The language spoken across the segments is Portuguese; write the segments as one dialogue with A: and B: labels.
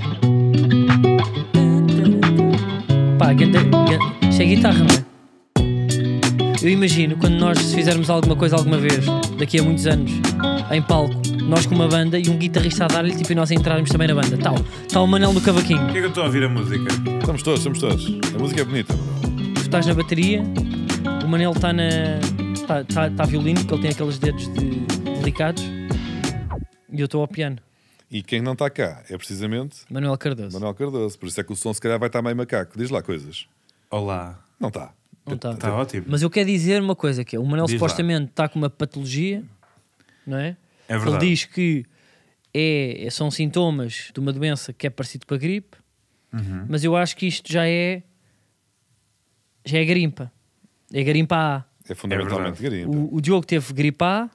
A: é? imagino quando nós se fizermos alguma coisa alguma vez, daqui a muitos anos, em palco, nós com uma banda e um guitarrista a dar-lhe tipo, e nós entrarmos também na banda. Tal, tal o Manel do Cavaquinho.
B: que é que eu estou a ouvir a música?
C: Estamos todos, estamos todos. A música é bonita.
A: Tu estás na bateria, o Manel está na. está tá, tá violino, porque ele tem aqueles dedos de- delicados. E eu estou ao piano.
C: E quem não está cá é precisamente
A: Manuel Cardoso.
C: Manuel Cardoso. Por isso é que o som se calhar vai estar meio macaco. Diz lá coisas.
B: Olá.
C: Não está.
A: Não tá.
B: Está ótimo.
A: Mas eu quero dizer uma coisa que é, o Manuel
B: Diz lá.
A: supostamente está com uma patologia, não é?
B: É verdade.
A: Ele diz que é, são sintomas de uma doença que é parecido com a gripe,
B: Uhum.
A: mas eu acho que isto já é já é garimpa. É garimpa A.
C: É fundamentalmente
B: É
C: garimpo.
A: O, o Diogo teve gripe A,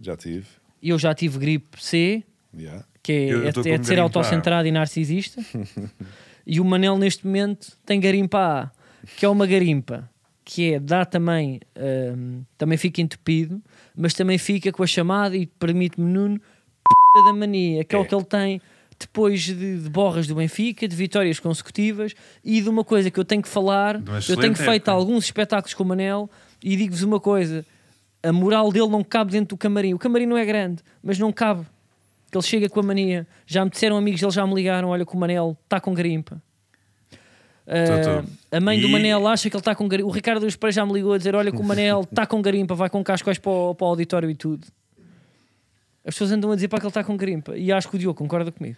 C: Já tive.
A: eu já tive gripe C,
C: Yeah.
A: que é,
B: Eu- eu
A: é-
B: tô
A: é
B: com
A: de ser
B: garimpo A.
A: autocentrado e narcisista. e o Manel, neste momento, tem garimpa A, que é uma garimpa que é, dá também, hum, também fica entupido, mas também fica com a chamada e permite-me, Nuno, p da mania, que é, o
C: É.
A: que ele tem depois de, de borras do Benfica, de vitórias consecutivas e de uma coisa que eu tenho que falar.
B: De uma
A: Eu tenho
B: excelente
A: feito
B: época.
A: alguns espetáculos com o Manel e digo-vos uma coisa: a moral dele não cabe dentro do camarim. O camarim não é grande, mas não cabe. Que ele chega com a mania. Já me disseram amigos, eles já me ligaram: olha, que o Manel está com garimpa. Ah,
B: Tô, tô.
A: a mãe do
B: E-
A: Manel acha que ele está com garimpa. O Ricardo dos Pereira já me ligou a dizer: olha, que o Manel está com garimpa, vai com cascóis para o, para o auditório e tudo. As pessoas andam a dizer para que ele está com garimpa. E acho que o Diogo concorda comigo.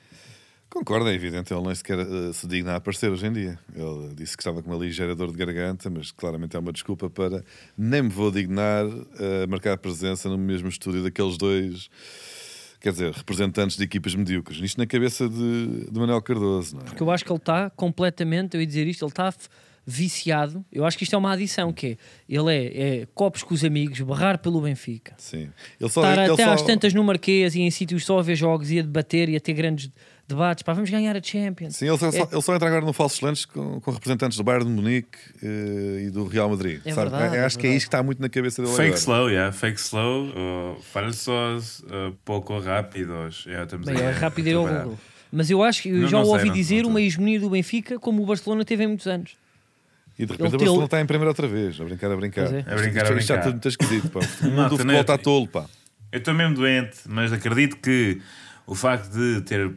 C: Concordo, é evidente. Ele nem sequer eh, se digna a aparecer hoje em dia. Ele disse que estava com uma ligeira dor de garganta, mas claramente é uma desculpa para nem me vou dignar a marcar presença no mesmo estúdio daqueles dois, quer dizer, representantes de equipas medíocres. Isto na cabeça de, de Manuel Cardoso, não é?
A: Porque eu acho que ele está completamente, eu ia dizer isto, ele está f- viciado. Eu acho que isto é uma adição, que é, ele é, é copos com os amigos, barrar pelo Benfica.
C: Sim. Ele só, é
A: Estar
C: ele
A: até
C: só-
A: às tantas no Marquês e em sítios só a ver jogos e a debater e a ter grandes debates. Pá, vamos ganhar a Champions.
C: Sim, ele só, ele só entra agora no Falsos Lanches com, com representantes do Bayern de Munique eh, e do Real Madrid.
A: É
C: sabe?
A: verdade,
C: Eu
A: é
C: acho que é
A: verdade.
C: isto que está muito na cabeça dele
B: Fake
C: agora.
B: slow, yeah. Fake slow. Uh, falsos, uh, pouco rápidos. Yeah, estamos
A: Bem,
B: aí
A: é
B: a
A: rápido ir ao
B: trabalhar.
A: Google. Mas eu acho que eu
B: Não-
A: já
B: não
A: o
B: sei,
A: ouvi
B: não-
A: dizer
B: não
A: uma
B: sei.
A: hegemonia do Benfica, como o Barcelona teve em muitos anos.
C: E
A: Ele
C: de repente o
A: tem-
C: Barcelona está em primeiro outra vez, a brincar, a brincar.
A: Pois é. A
C: Isto-
B: brincar,
C: isto,
B: a
C: isto está
B: brincar.
C: tudo muito esquisito, pá. O mundo
B: Malta,
C: do futebol
B: não é-
C: está tolo, pá.
B: Eu estou mesmo doente, mas acredito que o facto de ter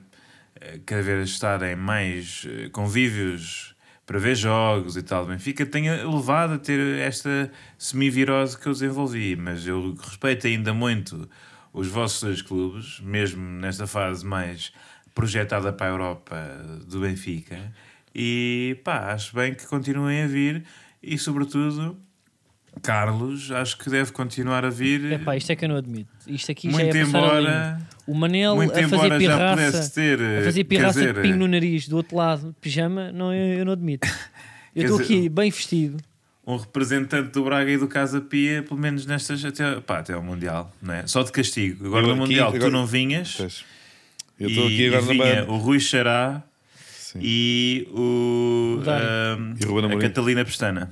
B: eh, cada vez estar em mais eh, convívios para ver jogos e tal do Benfica tenha levado a ter esta semivirose que eu desenvolvi. Mas eu respeito ainda muito os vossos dois clubes, mesmo nesta fase mais projetada para a Europa do Benfica. E pá, acho bem que continuem a vir e, sobretudo, Carlos, acho que deve continuar a vir.
A: Epá, isto é que eu não admito. Isto aqui já é
B: Muito
A: passar a
B: embora-
A: linha. O Manel
B: muito
A: a fazer
B: embora já
A: pirraça,
B: pudesse ter, eh,
A: a fazer
B: quer
A: pirraça de
B: dizer, eh,
A: pingo no nariz do outro lado, pijama, não, eu, eu não admito. Eu
B: Quer
A: estou
B: dizer-
A: aqui bem vestido.
B: um representante do Braga e do Casa Pia, pelo menos nestas até, pá, até ao Mundial, não é? Só de castigo. Agora
C: Eu
B: no
C: aqui-
B: Mundial
C: agora-
B: tu não vinhas
C: Pois. Eu
B: e,
C: estou aqui
B: e
C: agora na
B: vinha
C: banda.
B: o Rui Xará e o,
A: Dário.
B: ahm,
C: E o Ruben
B: a
C: Amorim.
B: Catalina Pestana.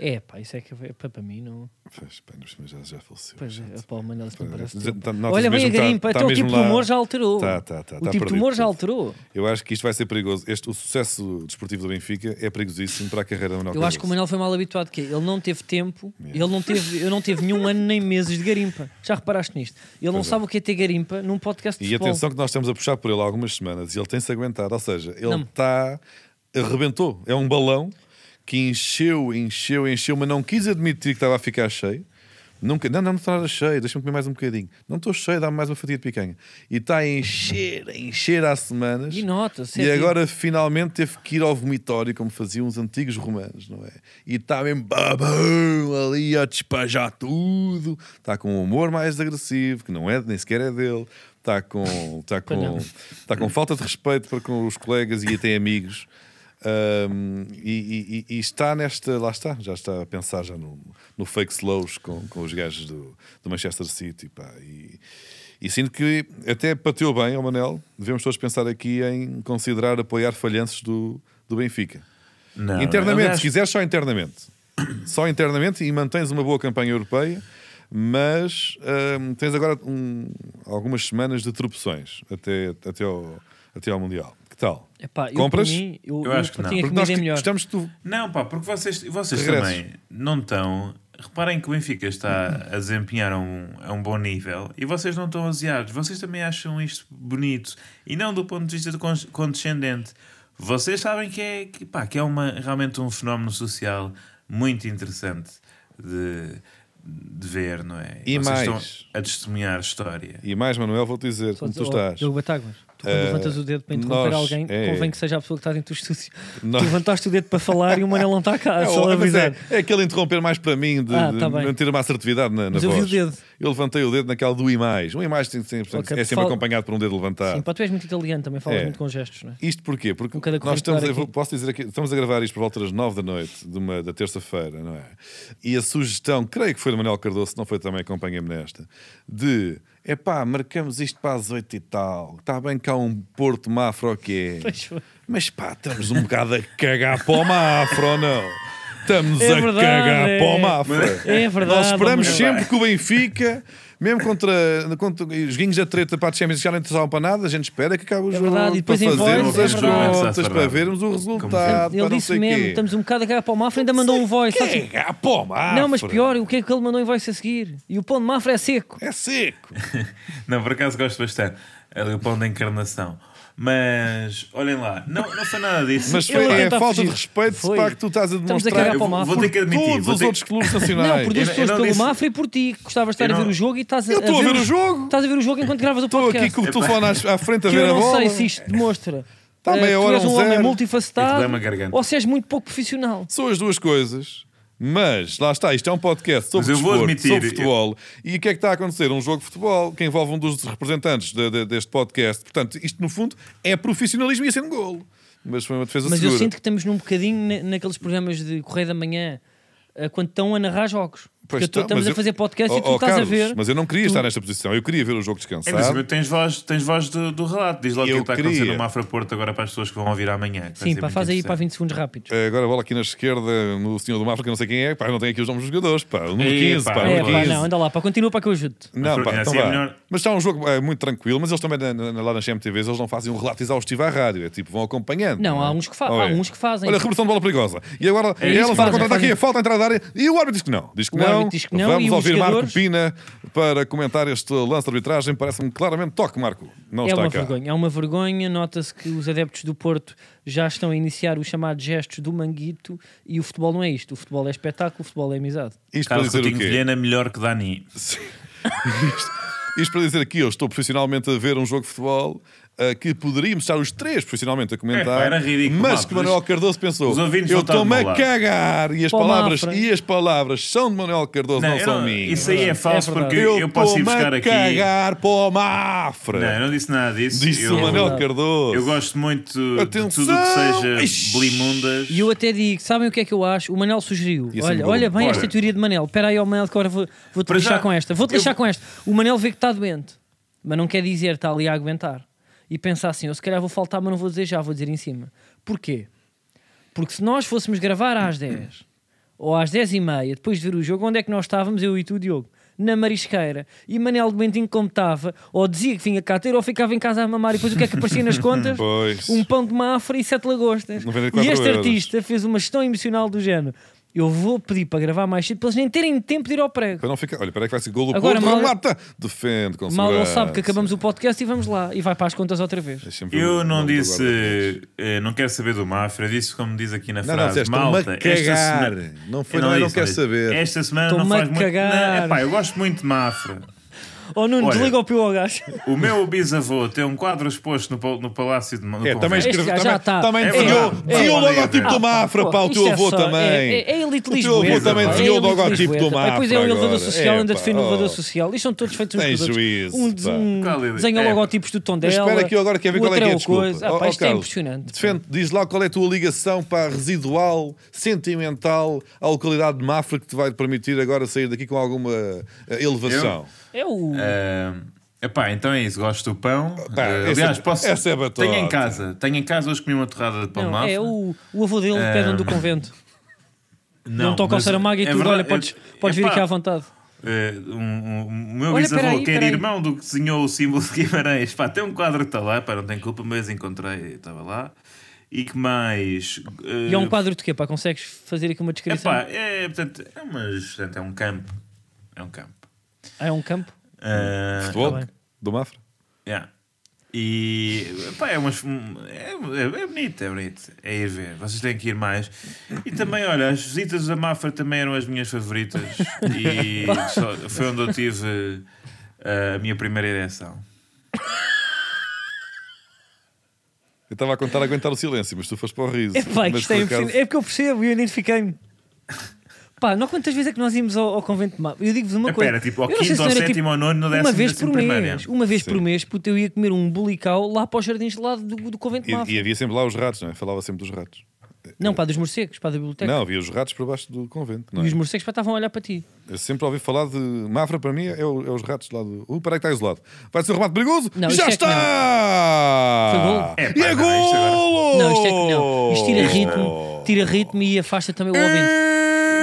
A: É, pá, isso é que é para, para mim não.
C: Pois, pá, mas já, já faleceu.
A: Pois é,
C: gente.
A: pá, o Manel isto não
C: Pois é.
A: parece.
C: Já-
A: teu.
C: tá- nota-se
A: Olha bem a
C: mesmo que tá-
A: garimpa,
C: tá
A: então o tipo
C: mesmo
A: de
C: lá-
A: humor já alterou.
C: Tá, tá, tá,
A: o tipo de
C: tá perdido
A: humor já
C: tudo.
A: alterou.
C: Eu acho que isto vai ser perigoso. Este, o sucesso desportivo do Benfica é perigosíssimo para a carreira do Manuel
A: Eu acho que o
C: Cardoso.
A: Manel foi mal habituado, que é, ele não teve tempo, ele não teve, eu não teve nenhum ano nem meses de garimpa. Já reparaste nisto? Ele não sabe o que é ter garimpa num podcast de
C: E
A: futebol.
C: atenção que nós estamos a puxar por ele há algumas semanas e ele tem-se aguentado. Ou seja, ele
A: Não.
C: está... Arrebentou. É um balão que encheu, encheu, encheu, mas não quis admitir que estava a ficar cheio. Nunca, não, não, não está nada cheio, deixa-me comer mais um bocadinho. Não estou cheio, dá-me mais uma fatia de picanha. E está a encher, a encher há semanas.
A: E nota-se, é
C: E
A: que-
C: agora finalmente teve que ir ao vomitório, como faziam os antigos romanos, não é? E está mesmo babão ali a despejar tudo. Está com um humor mais agressivo, que não é, nem sequer é dele. Está com, está com, está com falta de respeito para com os colegas e até amigos. Ahm, e, e- e- e está nesta, lá está, já está a pensar já no, no fake slows com, com os gajos do, do Manchester City. pá. E, e sinto que até bateu bem ao Manel. Devemos todos pensar aqui em considerar apoiar falhanços do, do Benfica.
B: Não,
C: internamente,
B: aliás,
C: se quiseres, só internamente. Só internamente e mantens uma boa campanha europeia, mas ahm, tens agora um- algumas semanas de tropeções até, até, ao, até ao Mundial. Que tal?
A: Epá, eu,
C: Compras?
A: por mim, eu,
B: Eu acho que não.
A: tinha
B: Porque
C: Porque nós
A: comida melhor.
C: estamos. Tu,
B: Não, pá, porque vocês, vocês
C: Regressos.
B: também não estão Reparem que o Benfica está a desempenhar a um, a um bom nível e vocês não estão aziados. Vocês também acham isto bonito e não do ponto de vista de cons- condescendente. Vocês sabem que é, que, pá, que é uma, realmente um fenómeno social muito interessante de, de ver, não é?
C: E
B: vocês
C: mais.
B: estão a testemunhar história.
C: E mais, Manuel, vou-te dizer como tu
A: Oh,
C: estás.
A: Diogo Batáguas, tu quando
C: Eh,
A: levantas o dedo para interromper
C: nós-
A: alguém,
C: é.
A: convém que seja a pessoa que está dentro do estúdio.
C: Nós-
A: Tu levantaste o dedo para falar e o Manel não está cá,
C: É,
A: só
C: mas
A: avisar.
C: É, é aquele interromper mais para mim de,
A: Ah,
C: de
A: tá bem.
C: manter uma assertividade na, na
A: Mas eu
C: voz.
A: vi o dedo.
C: Eu levantei o dedo naquela do e mais. Um e mais tem sempre-
A: Ok,
C: é sempre
A: fala-
C: acompanhado por um dedo levantado.
A: Sim, pá, tu és muito italiano, também falas
C: É.
A: muito com gestos, não é?
C: Isto porquê? Porque
A: Com cada
C: nós
A: corrente
C: estamos
A: de
C: a,
A: ar
C: vou-
A: aqui.
C: posso dizer aqui, estamos a gravar isto por volta das 9 da noite de uma, da terça-feira, não é? E a sugestão, creio que foi do Manuel Cardoso, se não foi também, acompanha-me nesta, de epá, marcamos isto para as 8 e tal, está bem cá um Porto Mafro que
A: Pois foi.
C: é. Mas pá, estamos um bocado a cagar para o Mafro, ou não? Estamos
A: É
C: a
A: verdade,
C: cagar
A: é.
C: para o Mafro.
A: É verdade.
C: Nós esperamos
A: Manuel.
C: sempre que o Benfica, mesmo contra, contra os guinhos da treta para a Champions, já não interessavam para nada, a gente espera que acabe o jogo
A: É verdade, e
C: para
A: depois em
C: fazermos
A: voz, é
C: as
A: verdade.
C: contas, para
B: Fernando.
C: vermos o
B: Como
C: resultado.
B: sempre.
A: Ele disse
C: para não sei
A: mesmo,
C: quê.
A: estamos um bocado a cagar para o Mafra, ainda mandou um voice. sabes?
C: Quem? Ah, pô, Mafra.
A: Não, mas pior, o que é que ele mandou em voice a seguir? E o pão de Mafra é seco.
C: É seco.
B: Não, por acaso gosto bastante. Ali o pão da encarnação. Mas, olhem lá, não, não foi nada disso.
C: Mas
A: Ele a
C: foi, é
A: tentar
C: falta de
A: fugir.
C: respeito
A: Foi.
C: para que tu estás a
A: Estamos a
C: demonstrar
A: cagar para o
C: por
A: Mafra.
B: Vou ter que admitir,
C: todos
B: vou
C: os
B: ter-
C: outros clubes
A: Não,
C: nacionais.
A: por duas
B: Eu- eu
A: pessoas
B: não
A: pelo
B: disse-
A: Mafra e por ti, que gostavas de
B: Eu
A: estar a
B: não-
A: ver o jogo e estás a,
C: Eu estou a ver o jogo.
A: Estás a ver o jogo enquanto gravas o
C: Estou
A: podcast.
C: aqui com o telefone à- à frente a
A: que
C: ver
A: eu
C: a
A: não
C: bola.
A: sei se isto demonstra.
C: Tá,
A: eh,
C: meia
A: tu
C: hora,
A: és um
C: um
A: homem
C: zero.
B: É que
A: multifacetado
B: dá-me a garganta.
A: ou se és muito pouco profissional.
C: São as duas coisas. Mas, lá está, isto é um podcast
B: Mas
C: sobre
B: eu vou
C: desporto,
B: admitir,
C: sobre futebol. E o que é que está a acontecer? Um jogo de futebol que envolve um dos representantes de- de- deste podcast. Portanto, isto no fundo é profissionalismo e ia ser um golo. Mas foi uma defesa
A: Mas eu
C: segura.
A: sinto que estamos num bocadinho na- naqueles programas de Correio da Manhã eh, quando estão a narrar jogos. Porque
C: Pois
A: tu-
C: tá,
A: estamos
C: mas
A: a
C: eu-
A: fazer podcast
C: Oh,
A: e tu
C: oh,
A: estás
C: Carlos,
A: a ver.
C: Mas eu não queria estar nesta posição. Eu queria ver o jogo
B: É, mas,
C: descansado.
B: meu, tens voz, tens voz do, do relato. Diz lá o que
C: Eu
B: é que está a acontecer
C: queria.
B: no Mafra Porto agora para as pessoas que vão ouvir amanhã. que vai
A: Sim,
B: ser
A: pá,
B: muito
C: é
A: faz aí para
B: interessante.
A: 20 segundos rápidos.
C: Eh, Agora a bola aqui na esquerda, no senhor do Mafra, que eu não sei quem é. Pá, eu não tenho aqui os nomes dos jogadores. Pá, o número
B: Ih,
C: 15, pá,
B: pá,
C: o
A: É,
C: número
A: pá,
C: 15.
A: não, anda lá, pá, continua para que eu ajude.
C: Não, pá,
B: Assim
C: então
B: é
C: vá.
B: melhor.
C: Mas está um jogo eh, muito tranquilo, mas eles também na- na- lá nas CMTVs eles não fazem um relato exaustivo à rádio, é tipo, vão acompanhando.
A: Não,
C: é?
A: há uns que fa-
C: Oh,
A: há
C: é.
A: uns que fazem. É
C: Olha, a revolução de bola perigosa. E agora
B: isso
C: ela
B: que
C: está a
B: fazem,
C: contratar aqui
A: fazem.
C: a falta a entrar da área e o árbitro diz que não. Diz que,
A: O
C: não.
A: árbitro diz que não, e
C: Vamos
A: os
C: ouvir Marco
A: jogadores?
C: Pina para comentar este lance de arbitragem. Parece-me claramente toque, Marco. Não
A: É
C: está
A: uma
C: cá.
A: vergonha, é uma vergonha. Nota-se que os adeptos do Porto já estão a iniciar os chamados gestos do Manguito e o futebol não é isto. O futebol é espetáculo, o futebol é amizade.
C: Isto para
B: Carlos
C: dizer o
B: Coutinho
C: quê?
B: Vilhena melhor que Dani.
C: Isto, isto para dizer que eu estou profissionalmente a ver um jogo de futebol ah, que poderíamos estar os três profissionalmente a
B: É, pá,
C: comentar,
B: era ridículo,
C: mas
B: malta.
C: que Manuel Cardoso pensou:
B: Os ouvintes
C: eu
B: vão estar do
C: estou-me
B: meu
C: a
B: lado."
C: cagar e as
A: Pô,
C: palavras
A: Mafra.
C: e as palavras são de Manuel Cardoso, não,
B: eu
C: são
B: não-
C: minhas.
B: isso aí é falso
A: É
B: porque
A: verdade.
B: eu, posso ir
C: estou-me
B: buscar
C: a
B: aqui.
C: cagar para o Mafra,
B: Não, eu não disse nada disso.
C: disse
B: eu,
C: o Manuel
A: verdade.
C: Cardoso.
B: eu gosto muito de
C: Atenção!
B: tudo o que
C: Ixi!
B: seja blimundas.
A: E eu até digo, sabem o que é que eu acho? O Manel sugeriu.
C: Ia ser
A: Olha,
C: bom.
A: olha bem
B: Bora.
A: esta teoria de Manel. Espera aí, ó Manel, que agora vou- vou-te
B: Para
A: deixar
B: já,
A: com esta. Vou-te
B: eu-
A: deixar com esta. O Manel vê que está doente, mas não quer dizer, está ali a aguentar. E pensa assim, eu se calhar vou faltar, mas não vou dizer já, vou dizer em cima. Porquê? Porque se nós fôssemos gravar às 10 ou às 10 e meia, depois de ver o jogo, onde é que nós estávamos, eu e tu, Diogo? Na marisqueira. E Manel Domentinho, como estava, ou dizia que vinha cá ter, ou ficava em casa a mamar. E depois o que é que aparecia nas contas?
C: Pois.
A: Um pão de mafra e sete lagostas.
C: 94
A: E este
C: euros.
A: artista fez uma gestão emocional do género. Eu vou pedir para gravar mais cedo para eles nem terem tempo de ir ao prego.
C: Para não ficar, olha, peraí que vai ser golo
A: Agora,
C: Porto,
A: mal-
C: remata, defende com
A: Mal ele
C: segurança.
A: sabe que acabamos o podcast e vamos lá. E vai para as contas outra vez.
C: Deixa-me ver
B: Eu
C: o
B: não
C: nome do guarda-redes.
B: disse, eh, não quero saber do Mafra, disse como diz aqui na
C: Não, não,
B: frase,
C: disseste,
B: malta,
C: "Estou-me a
B: esta
C: cagar."
B: semana...
C: Não foi,
B: Eu
C: não é, não
B: disse,
C: quero
B: disse,
C: saber.
B: Esta semana não
A: "Estou-me a
B: faz muito...
A: cagar."
B: Não, epá, eu gosto muito de Mafra.
A: Oh Nuno,
B: Olha.
A: desliga o pio ao gajo.
B: O meu bisavô tem um quadro exposto no, pal- no Palácio de... Ma- No
C: É, também
B: Convento.
A: Este
C: escreveu.
A: gajo
C: Também,
A: já tá.
C: também
B: É
C: desenhou,
B: verdade.
C: desenhou o
B: Olha,
C: logotipo
B: é.
C: Tipo do Mafra, pá, o
A: Ah, isto
C: teu avô
A: só-
C: também.
A: É, é, é elite
C: O teu
A: Lisboeta.
C: avô também
A: pá,
C: desenhou o
A: é elite
C: logotipo do
A: Lisboeta.
C: Mafra
A: Ah, Pois é, o elevador
C: agora.
A: social,
C: É,
A: ainda
C: pá,
A: defende o elevador
C: oh.
A: social. Isto são todos feitos uns
C: Tem
A: com os outros.
C: juízo,
A: Um
C: pá.
B: Qual é-
A: desenho- desenha
B: é.
A: logotipos do tom
C: Mas
A: dela.
C: espera aqui, eu agora quero ver qual é que é a
A: coisa.
C: desculpa.
A: Ah,
C: Ó,
A: pá,
C: ó,
A: isto é
C: Carlos,
A: impressionante.
C: defende- diz lá qual é a tua ligação pá, residual, sentimental à localidade de Mafra que te vai permitir agora sair daqui com alguma eh, elevação.
A: É o.
B: Ah, epá, então é isso, gosto do pão.
C: Pá,
B: Ah,
C: essa-
B: aliás, posso...
C: essa é batota.
B: Tenho em casa, tenho em casa, hoje comi uma torrada de pão de
A: Não,
B: Mafra. É.
A: é o, o avô dele que pedem do convento. Não, toca ao
B: mas
A: Saramago e
B: é
A: tudo.
B: verdade,
A: olha, podes,
B: é-
A: podes vir
B: epá,
A: aqui à vontade.
B: Eh, um- um- o meu
A: Olha,
B: bisavô,
A: peraí,
B: que era
A: peraí.
B: irmão do que tá desenhou o símbolo de Guimarães, pá, tem um quadro que está lá, pá, não tem culpa, mas encontrei, estava lá. E que mais?
A: E é um
B: eh,
A: quadro de quê? Pá, consegues fazer aqui uma descrição?
B: Epá, é, portanto, é, umas, portanto, é um campo. É um campo.
A: Ah, é um campo?
B: Ah,
C: Futebol?
A: tá bem.
C: do Mafra?
B: yeah. E epá, é, umas, é, é- é bonito, é bonito. É ir ver. Vocês têm que ir mais. E também, olha, as visitas da Mafra também eram as minhas favoritas. E só- foi onde eu tive ah, a minha primeira ereção.
C: Eu estava a contar a aguentar o silêncio, mas tu foste para o riso.
A: Epá, que
C: Mas
A: isto é
C: por acaso-
A: impossível. É porque eu percebo e eu identifiquei-me. Pá, não quantas vezes é que nós íamos ao, ao convento de Mafra? Eu digo-vos uma
B: Epá,
A: coisa.
B: era tipo ao
A: Eu não sei
B: quinto,
A: se
B: ao
A: não era,
B: sétimo, ao nono, no décimo,
A: Uma vez por
B: décimo primeiro.
A: mês, uma vez por
C: Sim.
A: mês, puto, eu ia comer um bulical lá para os jardins de lado do, do convento de
C: E,
A: Mafra.
C: e havia sempre lá os ratos, não é? Falava sempre dos ratos.
A: Não, pá, dos morcegos, pá, da biblioteca.
C: Não, havia os ratos por baixo do convento, não
A: E
C: é?
A: os morcegos pá, estavam a olhar para ti.
C: Eu sempre ouvi falar de. Mafra para mim é, o- é os ratos lá do. Uh, peraí que está isolado. Vai ser um remate perigoso?
A: Não, isto
C: Já
A: é que
C: está!
B: Foi golo?
C: E é
B: Epá, não, isto agora-
C: golo!
A: Não, isto é que não. Isto
C: Oh.
A: tira ritmo, tira ritmo e afasta também o ouvinte.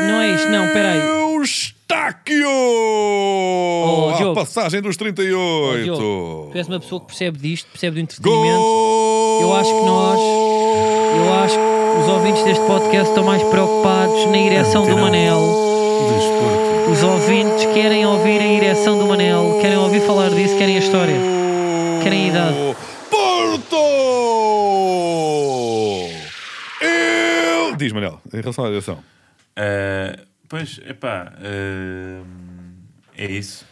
A: Não é isto, não, peraí.
C: Eustáquio! À
A: Oh, Diogo. Oh,
C: passagem dos 38.
A: Diogo, tu és uma pessoa que percebe disto, percebe do entretenimento.
C: Gol!
A: Eu acho que nós- Eu acho que os ouvintes deste podcast estão mais preocupados na ereção do Manel.
B: Desporto.
A: Os ouvintes querem ouvir a ereção do Manel, querem ouvir falar disso, querem a história. Querem a idade.
C: Porto! Eu... Diz, Manel, em relação à direção.
B: Ah, pois, epá, ah, é isso.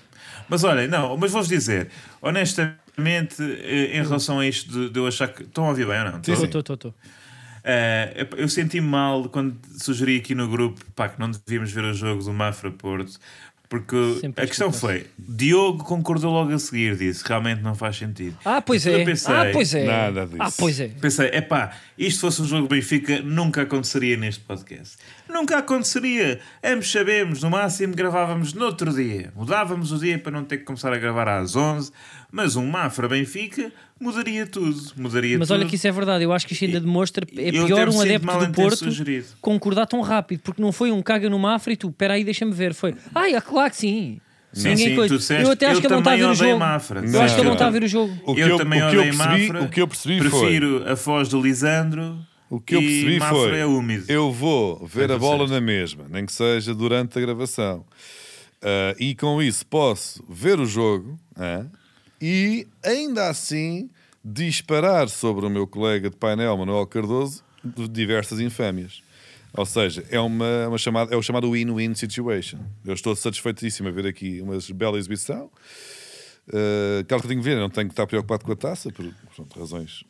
B: Mas olhem, não, mas vou-vos dizer, honestamente, eh, em relação a isto de, de eu achar que. Estão a ouvir bem ou não? Estão a
A: Estou, estou, estou, estou.
B: Uh, epá, eu senti mal quando sugeri aqui no grupo pá, que não devíamos ver o jogo do Mafra Porto, porque
A: Sempre
B: a questão foi: Diogo concordou logo a seguir, disse realmente não faz sentido.
A: Ah, pois
B: Então
A: é.
B: Eu pensei,
A: Ah, pois é.
C: nada disso.
A: Ah, pois é.
B: Pensei, epá, isto fosse um jogo do Benfica, nunca aconteceria neste podcast. Nunca aconteceria. Ambos sabemos, no máximo gravávamos no outro dia. Mudávamos o dia para não ter que começar a gravar às 11, mas um Mafra Benfica mudaria tudo. Mudaria
A: Mas
B: tudo.
A: olha que isso é verdade, eu acho que isto ainda demonstra é
B: eu até
A: pior
B: me
A: um
B: sinto
A: adepto
B: mal em
A: do
B: ter
A: Porto
B: sugerido.
A: concordar tão rápido, porque não foi um caga no Mafra e tu, peraí, deixa-me ver, foi, ai, ah, claro que sim.
B: Sim,
A: Ninguém
B: sim,
A: coisa.
B: tu disseste,
A: eu até acho
B: eu
A: que ele não está a ver
B: também
A: o
B: odeio
A: jogo.
B: Mafra.
A: Eu acho que ele
C: Não.
A: não está a ver o jogo.
C: O que
B: eu,
C: eu-
B: também
C: o que eu
B: odeio
C: percebi-
B: Mafra.
C: o que eu percebi foi-
B: prefiro a voz do Lisandro.
C: O que eu
B: e
C: percebi
B: Mafra
C: foi:
B: é úmido.
C: eu vou ver
B: Tanto
C: a bola
B: certo.
C: na mesma, nem que seja durante a gravação. Ah, e com isso posso ver o jogo ah, e ainda assim disparar sobre o meu colega de painel, Manuel Cardoso, de diversas infâmias. Ou seja, é, uma, uma chamada, é o chamado win-win situation. Eu estou satisfeitíssimo a ver aqui uma bela exibição. Ah, Carlos Coutinho Vieira não tenho que estar preocupado com a taça, por pronto, razões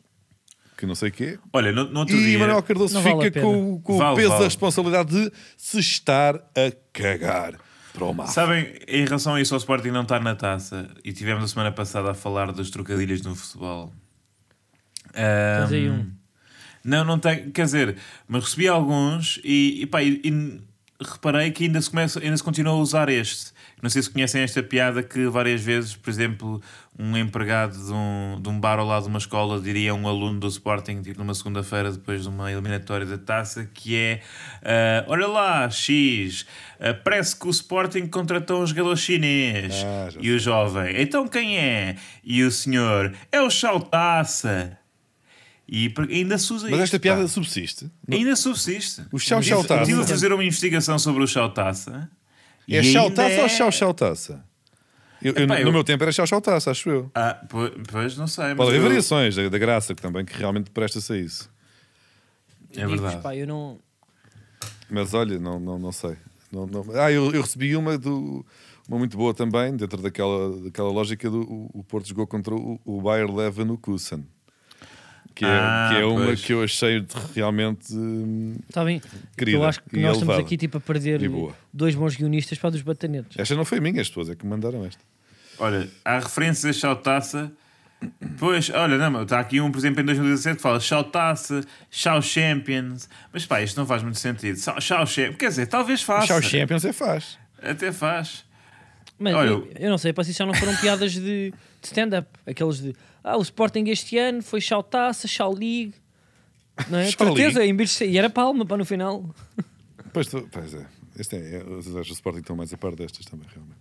C: que não sei o quê.
B: Olha, no, no outro
C: E
B: dia.
C: Manuel Cardoso
A: Não
C: fica
A: vale a pena.
C: com, o- com o
B: Vale,
C: peso da
B: vale.
C: responsabilidade de se estar a cagar para o mar.
B: Sabem, em relação a isso, ao Sporting não estar na taça e tivemos a semana passada a falar das trocadilhas no futebol. Ahm,
A: Tens aí um.
B: Não, não tem. Quer dizer, mas recebi alguns e, e, pá, e- e reparei que ainda se, começa, ainda se continua a usar este. Não sei se conhecem esta piada que várias vezes, por exemplo, um empregado de um, de um bar ao lado de uma escola diria a um aluno do Sporting, tipo numa segunda-feira depois de uma eliminatória da taça, que é: ah, Olha lá, X, ah, parece que o Sporting contratou um jogador chinês.
C: Ah, já
B: e o jovem: Então quem é? E o senhor: É o Chautaça. E por- ainda se usa
C: Mas esta
B: isto,
C: piada
B: pá.
C: subsiste.
B: Ainda subsiste.
C: O chau
B: Tive-
C: chau taça.
B: Tive a fazer uma investigação sobre o chau taça. e
C: É chau
B: ainda
C: taça
B: é-
C: ou chau chau taça? Eu, eu,
B: Epá,
C: no
B: eu-
C: meu tempo era chau chau taça, acho eu.
B: Ah, po- pois não sei. Mas
C: Pode haver
B: eu-
C: variações da, da graça que também, que realmente presta-se a isso.
B: É
A: Digo-vos,
B: verdade.
A: pá, eu não...
C: Mas olha, não, não, não sei. Não, não- Ah, eu, eu recebi uma, do, uma muito boa também, dentro daquela, daquela lógica do o, o Porto jogou contra o, o Bayer Leva no Kussen. Que é,
B: Ah,
C: que é uma
B: pois.
C: que eu achei de- realmente. hum,
A: Está tá bem?
C: Querida
A: eu acho que
C: e
A: nós estamos
C: elevada.
A: aqui tipo a
C: E
A: perder
C: boa.
A: dois bons guionistas para dos batanetes.
C: Esta não foi minha, as pessoas é que me mandaram esta.
B: Olha, há referências a chautaça. Pois, olha, não, mas está aqui um, por exemplo, em 2017 que fala chautaça, chau champions. Mas pá, isto não faz muito sentido. Chau, chau champions. Quer dizer, talvez
A: Ah,
B: faça.
C: Chau Champions é faz.
B: Até faz.
A: Mas
B: Olha,
A: eu, eu não sei, para se já não foram piadas de, de stand-up. Aqueles de, ah, o Sporting este ano foi Chau Taça, Chau League. Não é?
C: Chau
A: Certeza, em vez de ser- e era palma para no final.
C: Pois, tu- pois é. Este é, é- os do Sporting estão mais a par destas também, realmente.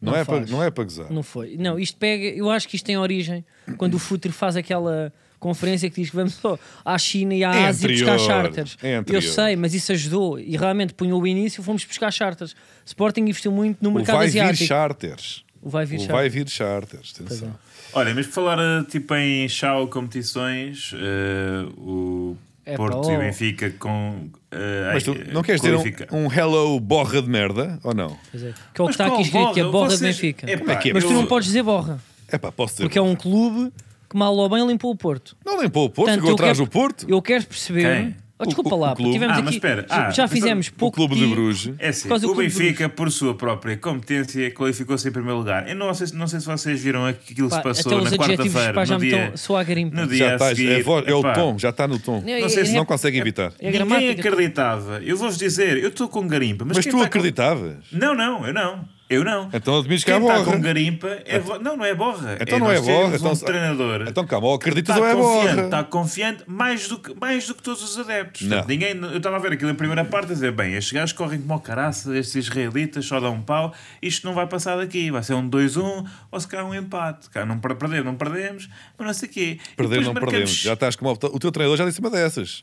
C: Não,
A: Não
C: é, para,
A: faz.
C: não é para gozar.
A: Não foi. Não, isto pega. Eu acho que isto tem origem quando o Futre faz aquela. conferência que diz que vamos só à China e à
C: É
A: Ásia
C: anterior,
A: buscar charters.
C: é
A: Eu
C: anterior.
A: sei, mas isso ajudou e realmente punhou o início, fomos buscar charters. Sporting investiu muito no
C: O
A: mercado
C: vai
A: asiático.
C: vir charters.
A: O vai vir é.
C: O
A: charter.
C: vai vir charters. Atenção.
B: Olha, mas por falar eh, tipo em Chau competições, eh, o
A: É
B: Porto
A: pá,
B: e
A: oh.
B: o Benfica com. eh,
C: Mas tu
B: eh,
C: não queres ter um,
B: qualifica-
C: um hello borra de merda? Ou não?
A: Pois é. Que é o que
B: Mas
A: está aqui
B: qual
A: escrito, que é
B: borra?
A: borra de
B: Vocês-
A: Benfica.
B: Epá,
C: Como é que é?
A: Mas tu não
B: eu-
A: podes dizer borra,
C: É pá, posso dizer.
A: porque é um clube que mal ou bem limpou o Porto.
C: Não limpou o Porto, ficou
A: eu
C: atrás
A: quero-
C: do Porto.
A: Eu quero perceber.
B: Quem?
A: Oh, desculpa
C: O- o-
A: lá,
C: o clube.
A: tivemos
B: Ah,
A: aqui.
B: mas espera. Ah,
A: já
B: mas
A: fizemos
C: O
A: pouco.
C: Clube de
A: tiro.
C: Bruges.
B: É assim,
A: Por causa do
B: o
A: Clube de
B: Benfica, por sua própria competência, qualificou-se em primeiro lugar. Eu não sei, não sei se vocês viram aquilo que
A: Pá,
B: se
A: até
B: passou
A: os
B: na
A: adjetivos
B: quarta-feira,
A: pá, já
B: no
A: me
B: dia,
A: estão só a garimpa.
B: no dia
C: Já
B: a
C: estás,
B: seguir.
C: é, a voz- é o
B: Epá,
C: tom, já está no tom.
A: Não,
C: Não sei
A: é-
C: se não
A: é-
C: consegue evitar.
A: É
B: Ninguém
A: gramática.
B: acreditava. Eu vou-vos dizer, eu estou com garimpa. Mas,
C: Mas
B: quem
C: tu
B: tá
C: acreditavas?
B: Com... Não, não, eu não. Eu não.
C: Então admites que
B: quem
C: é
B: está
C: borra.
B: com garimpa é bo- Não, não é borra.
C: Então não é
B: nós termos
C: borra, então-
B: Um treinador
C: Então calma, ou acreditas
B: Está
C: ou é
B: confiante,
C: borra.
B: está confiante mais do que, mais do que todos os adeptos.
C: Não.
B: Portanto, ninguém, eu estava a ver aquilo na primeira parte a dizer: bem, estes gajos correm como o caraça, estes israelitas só dão um pau, isto não vai passar daqui, vai ser um 2-1 ou se calhar um empate. Cá, não per- perder, não perdemos, mas não sei o quê. E
C: Perder
B: depois
C: não
B: marcamos- Hum.
C: perdemos. Já estás como o teu treinador já disse uma dessas.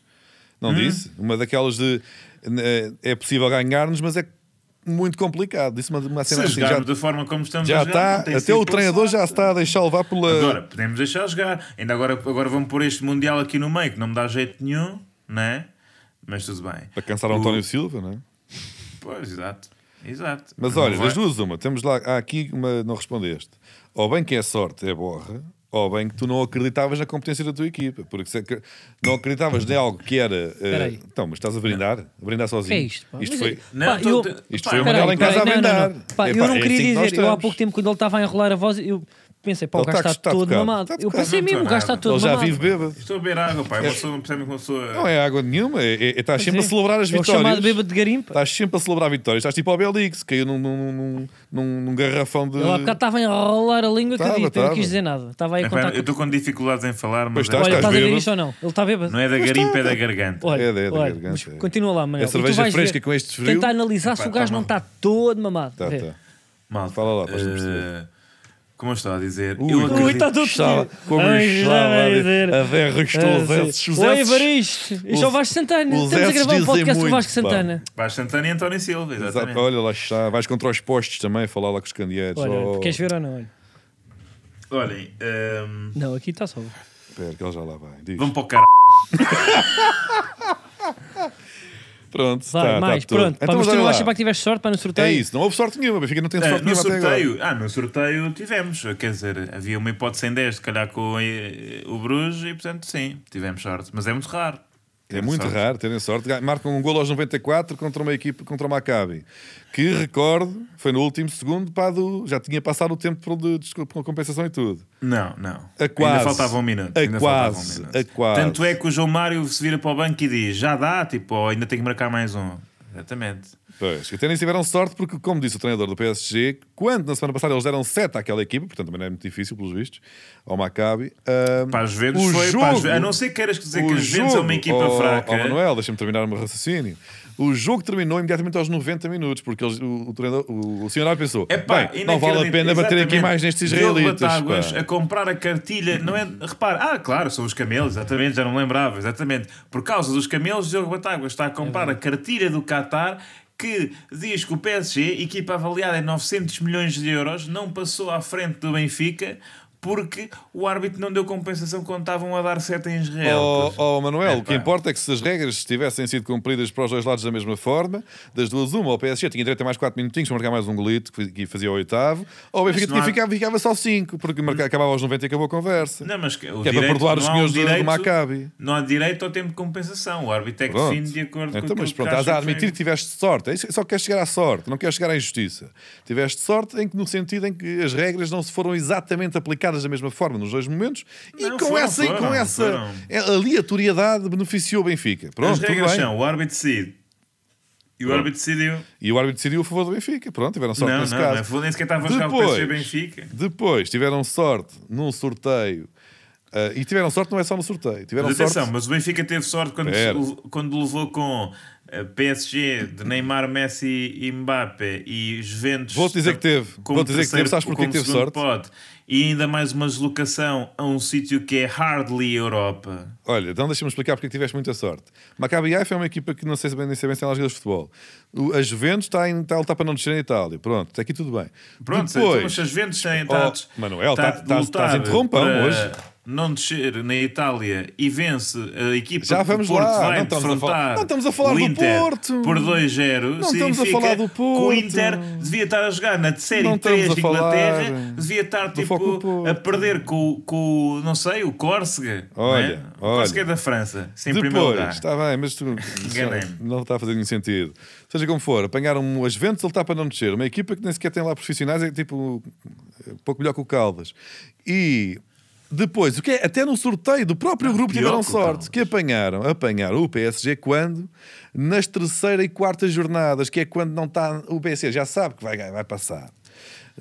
C: Não disse? Uma daquelas de eh, é possível ganhar-nos, mas é muito complicado. Disse uma, uma
B: Se
C: cena assim.
B: jogarmos
C: Já,
B: da forma como estamos
C: já
B: a jogar,
C: está,
B: não tem
C: até
B: sido
C: o treinador já
B: pensado.
C: se está a deixar levar pela.
B: Agora, podemos deixar jogar. Ainda agora, agora vamos pôr este Mundial aqui no meio, que não me dá jeito nenhum, não é? Mas tudo bem.
C: para cansar o
B: O-
C: António Silva, não é?
B: Pois, exato. Exato.
C: Mas
B: Não é?
C: olha,
B: vai-
C: das duas, uma, temos lá, há aqui uma, não respondeste. Ou bem que é sorte, é borra, ou bem que tu não acreditavas na competência da tua equipa, porque se acre- não acreditavas em algo que era. eh,
A: Peraí.
C: Então, mas estás a brindar? A brindar
A: O que
C: sozinho?
A: é isto? pá? Mas
C: foi.
A: é-
B: Não,
A: pá,
B: tô-
A: eu-
C: Isto foi
B: pá,
C: uma dela em
A: Peraí,
C: casa a
A: peraí,
C: brindar.
A: não, não, não. Pá,
C: É
A: eu
C: pá,
A: não
C: é assim
A: queria
C: que nós
A: dizer, eu há
C: estamos.
A: pouco tempo, quando ele estava a enrolar a voz, eu pensei, pá, o
C: Ele
A: gajo
C: está-
A: está,
C: está
A: todo
C: tocado.
A: mamado.
C: Está
A: eu
C: tocado.
A: pensei
B: Não
A: mesmo, o
B: estou
A: gajo está
B: nada.
A: todo
C: Ele já
A: mamado.
C: vive bêbado.
B: Estou a beber água, pá. É Uma pessoa não percebe que uma pessoa.
C: É. Não é água nenhuma, é- é- estás sempre
A: Sim.
C: a celebrar as
A: É o chamado
C: vitórias.
A: bêbado de garimpa.
C: Estás sempre a celebrar vitórias. Estás tipo ao Belix, caiu num, num, num, num- num garrafão de.
A: Ele há bocado tá- estava a enrolar a língua que eu
C: Tava,
A: disse, eu não
C: tava.
A: quis dizer nada. Estava aí a
B: Epá,
A: contar.
B: é, eu estou com dificuldades em falar, mas
C: Pois tá,
B: é-
C: estás,
A: Olha,
C: estás
A: estás a ver
C: bêbado?
A: isso ou não? Ele está bêbado.
B: não é da garimpa, é da
C: estás.
B: garganta.
A: Olha,
C: É, é, é da
A: olha,
C: garganta,
A: mas
C: é.
A: continua lá, Manel.
C: É
A: E tu
C: cerveja
A: vais
C: fresca
A: ver,
C: com este frio?
A: Tenta analisar
B: Epá,
A: se o gajo
B: tá
A: não
B: mal.
A: está todo mamado.
C: Tá,
A: Vê.
C: tá.
B: Malta,
C: Fala lá, podes
B: eh,
C: perceber.
B: como eu estava a dizer,
C: Ui.
B: eu
A: Ui,
B: acredito.
A: está todo
C: Estava-
A: fedido.
C: como
A: Tá Ai,
C: estava
A: já vai
C: a-
A: dizer.
C: a ver rostos,
A: Ah,
C: esses-
A: sim.
C: os
A: Oi,
C: esses-
A: Evaristo. Isto é o Vasco Santana.
C: os
A: Estamos a
C: esses
A: gravar um
C: dizem
A: podcast do
C: muito,
A: Vasco
C: pá.
A: Santana.
B: Baixo Santana e António Silva, exatamente.
C: Exato, olha lá está, vais contra os postos também, falar lá com os candeeiros.
A: Olha,
C: Oh,
A: queres ver ou não? Olha.
B: Olhem, ehm,
A: Não, aqui está só.
C: Espera, que ele já lá vai. Diz.
B: vamos para o caralho.
C: Pronto,
A: Vai,
C: está,
A: mais.
C: está tudo.
A: Pronto. Pá,
C: Então,
A: mas tu
C: olha
A: não
C: lá.
A: achas para que tiveste sorte para no sorteio?
C: É isso, não houve sorte nenhuma, Benfica não tem
B: Ah,
C: sorte
B: no
C: nenhuma até agora.
B: sorteio, ah, no sorteio tivemos, quer dizer, havia uma hipótese em 10, se calhar com eh, o Bruges, e portanto sim, tivemos sorte, mas é muito raro.
C: É muito
B: Sorte.
C: raro terem sorte. Gan- Marcam um golo aos 94 contra uma equipe, contra o Maccabi. Que, recordo, foi no último segundo, pá, do, já tinha passado o tempo de, de, de compensação e tudo.
B: Não, não.
C: A quase.
B: Ainda faltava um minuto.
C: A
B: ainda
C: quase,
B: Faltava um minuto.
C: a quase.
B: Tanto é que o João Mário se vira para o banco e diz: já dá, tipo, "Oh, ainda tenho que marcar mais um. Exatamente.
C: Pois, que até nem tiveram sorte, porque, como disse o treinador do PSG, quando na semana passada eles deram 7 àquela equipa, portanto também não é muito difícil, pelos vistos, ao Maccabi. ahm,
B: Para as Juventus
C: o
B: foi. para as
C: jogo-
B: Juve- a não ser que queiras dizer que
C: o
B: as Juventus é
C: jogo-
B: uma equipa
C: oh,
B: fraca.
C: Oh, Manuel, deixa-me terminar o meu raciocínio. O jogo terminou imediatamente aos 90 minutos, porque eles- o, o, treinador- o, o senhor pensou:
B: Epá,
C: "Bem, não vale a pena
B: inacreditável.
C: bater aqui
B: Exatamente.
C: mais nestes
B: Diogo
C: israelitas.
B: Batáguas
C: pá."
B: a comprar a cartilha, não é? Repara, ah, claro, são os camelos, exatamente, já não me lembrava, exatamente. Por causa dos camelos, Diogo Batáguas está a comprar a cartilha do Qatar que diz que o PSG, equipa avaliada em 900 milhões de euros, não passou à frente do Benfica porque o árbitro não deu compensação quando estavam a dar seta em Israel.
C: Oh,
B: Pois.
C: oh, Manuel, o que
B: Epá.
C: importa é que se as regras tivessem sido cumpridas para os dois lados da mesma forma, das duas, uma, o PSG tinha direito a mais 4 minutinhos para marcar mais um golito que que fazia o oitavo, ou o Benfica
B: não
C: tinha
B: há-
C: ficava, ficava só 5, porque marca- acabava aos 90 e acabou a conversa.
B: Não, mas que, o
C: Que é para
B: direito-
C: perdoar os
B: não há um
C: senhores do- do
B: direito,
C: Maccabi.
B: Não há direito ao tempo de compensação. O árbitro é que
C: Pronto.
B: define de acordo com
C: então,
B: aquilo
C: mas
B: que
C: pronto,
B: acha
C: estás a
B: que foi.
C: admitir que tiveste sorte. É isso- Só queres chegar à sorte, não queres chegar à injustiça. Tiveste sorte em que, no sentido em que as regras não se foram exatamente aplicadas da mesma forma nos dois momentos e
B: Não,
C: com
B: foram,
C: essa, e com
B: foram,
C: essa é, aleatoriedade beneficiou o Benfica. Pronto,
B: As
C: tudo
B: regras
C: bem.
B: são: o árbitro decide. E o árbitro decidiu.
C: E o árbitro decidiu a favor do Benfica. Pronto, tiveram sorte
B: Não,
C: nesse
B: não, é
C: caso.
B: não, nem sequer estava a jogar o PSG Benfica.
C: Depois tiveram sorte num sorteio. Ah, e tiveram sorte não é só no sorteio. Tiveram
B: Mas atenção,
C: sorte.
B: mas o Benfica teve sorte quando,
C: Espera.
B: quando levou com eh, eh, PSG de Neymar, Messi e Mbappé e Juventus.
C: Vou-te dizer que teve.
B: como
C: Vou-te dizer que
B: terceiro-
C: teve. Sabes porquê
B: como
C: que teve
B: segundo
C: sorte?
B: pote. E ainda mais uma deslocação a um sítio que é hardly Europa.
C: Olha, então deixa-me explicar porque é que tiveste muita sorte. Maccabi Haifa é uma equipa que não sei se bem, nem sei bem se ela joga de futebol. O- A Juventus está, em, está a lutar para não descer na Itália. Pronto, até aqui tudo bem.
B: Pronto, então, mas
C: Depois,
B: se as Juventus têm
C: Oh,
B: está
C: Manuel,
B: está
C: tá- tá-
B: a
C: estás
B: lutar
C: em trompão
B: para
C: hoje.
B: Não descer na Itália e vence a equipa
C: Já
B: que
C: vamos
B: o Porto
C: lá,
B: vai
C: não estamos a
B: defrontar
C: falar- não estamos a falar
B: o
C: do
B: Inter
C: Porto.
B: Por 2-0.
C: Não estamos a
B: significa
C: falar do
B: que O
C: Porto.
B: Inter devia estar a jogar na
C: Não
B: Série
C: estamos
B: 3
C: a
B: de
C: falar
B: Inglaterra, devia estar
C: do foco do
B: tipo
C: Porto.
B: a perder com, com, não sei, o Córcega. não é?
C: Olha,
B: O Córcega
C: olha.
B: é da França, sim, em primeiro
C: depois
B: lugar.
C: está bem, mas tu,
B: Enganei-me.
C: não está a fazer nenhum sentido. Seja como for, apanharam um as Juventus a lutar para não descer. Uma equipa que nem sequer tem lá profissionais, é tipo um pouco melhor que o Caldas. E depois, o que é, até no sorteio do próprio grupo
B: pior
C: tiveram
B: que o Caldas.
C: sorte. Que apanharam, apanharam o PSG quando? Nas terceira e quarta jornadas, que é quando não está. O PSG já sabe que vai, ganhar, vai passar.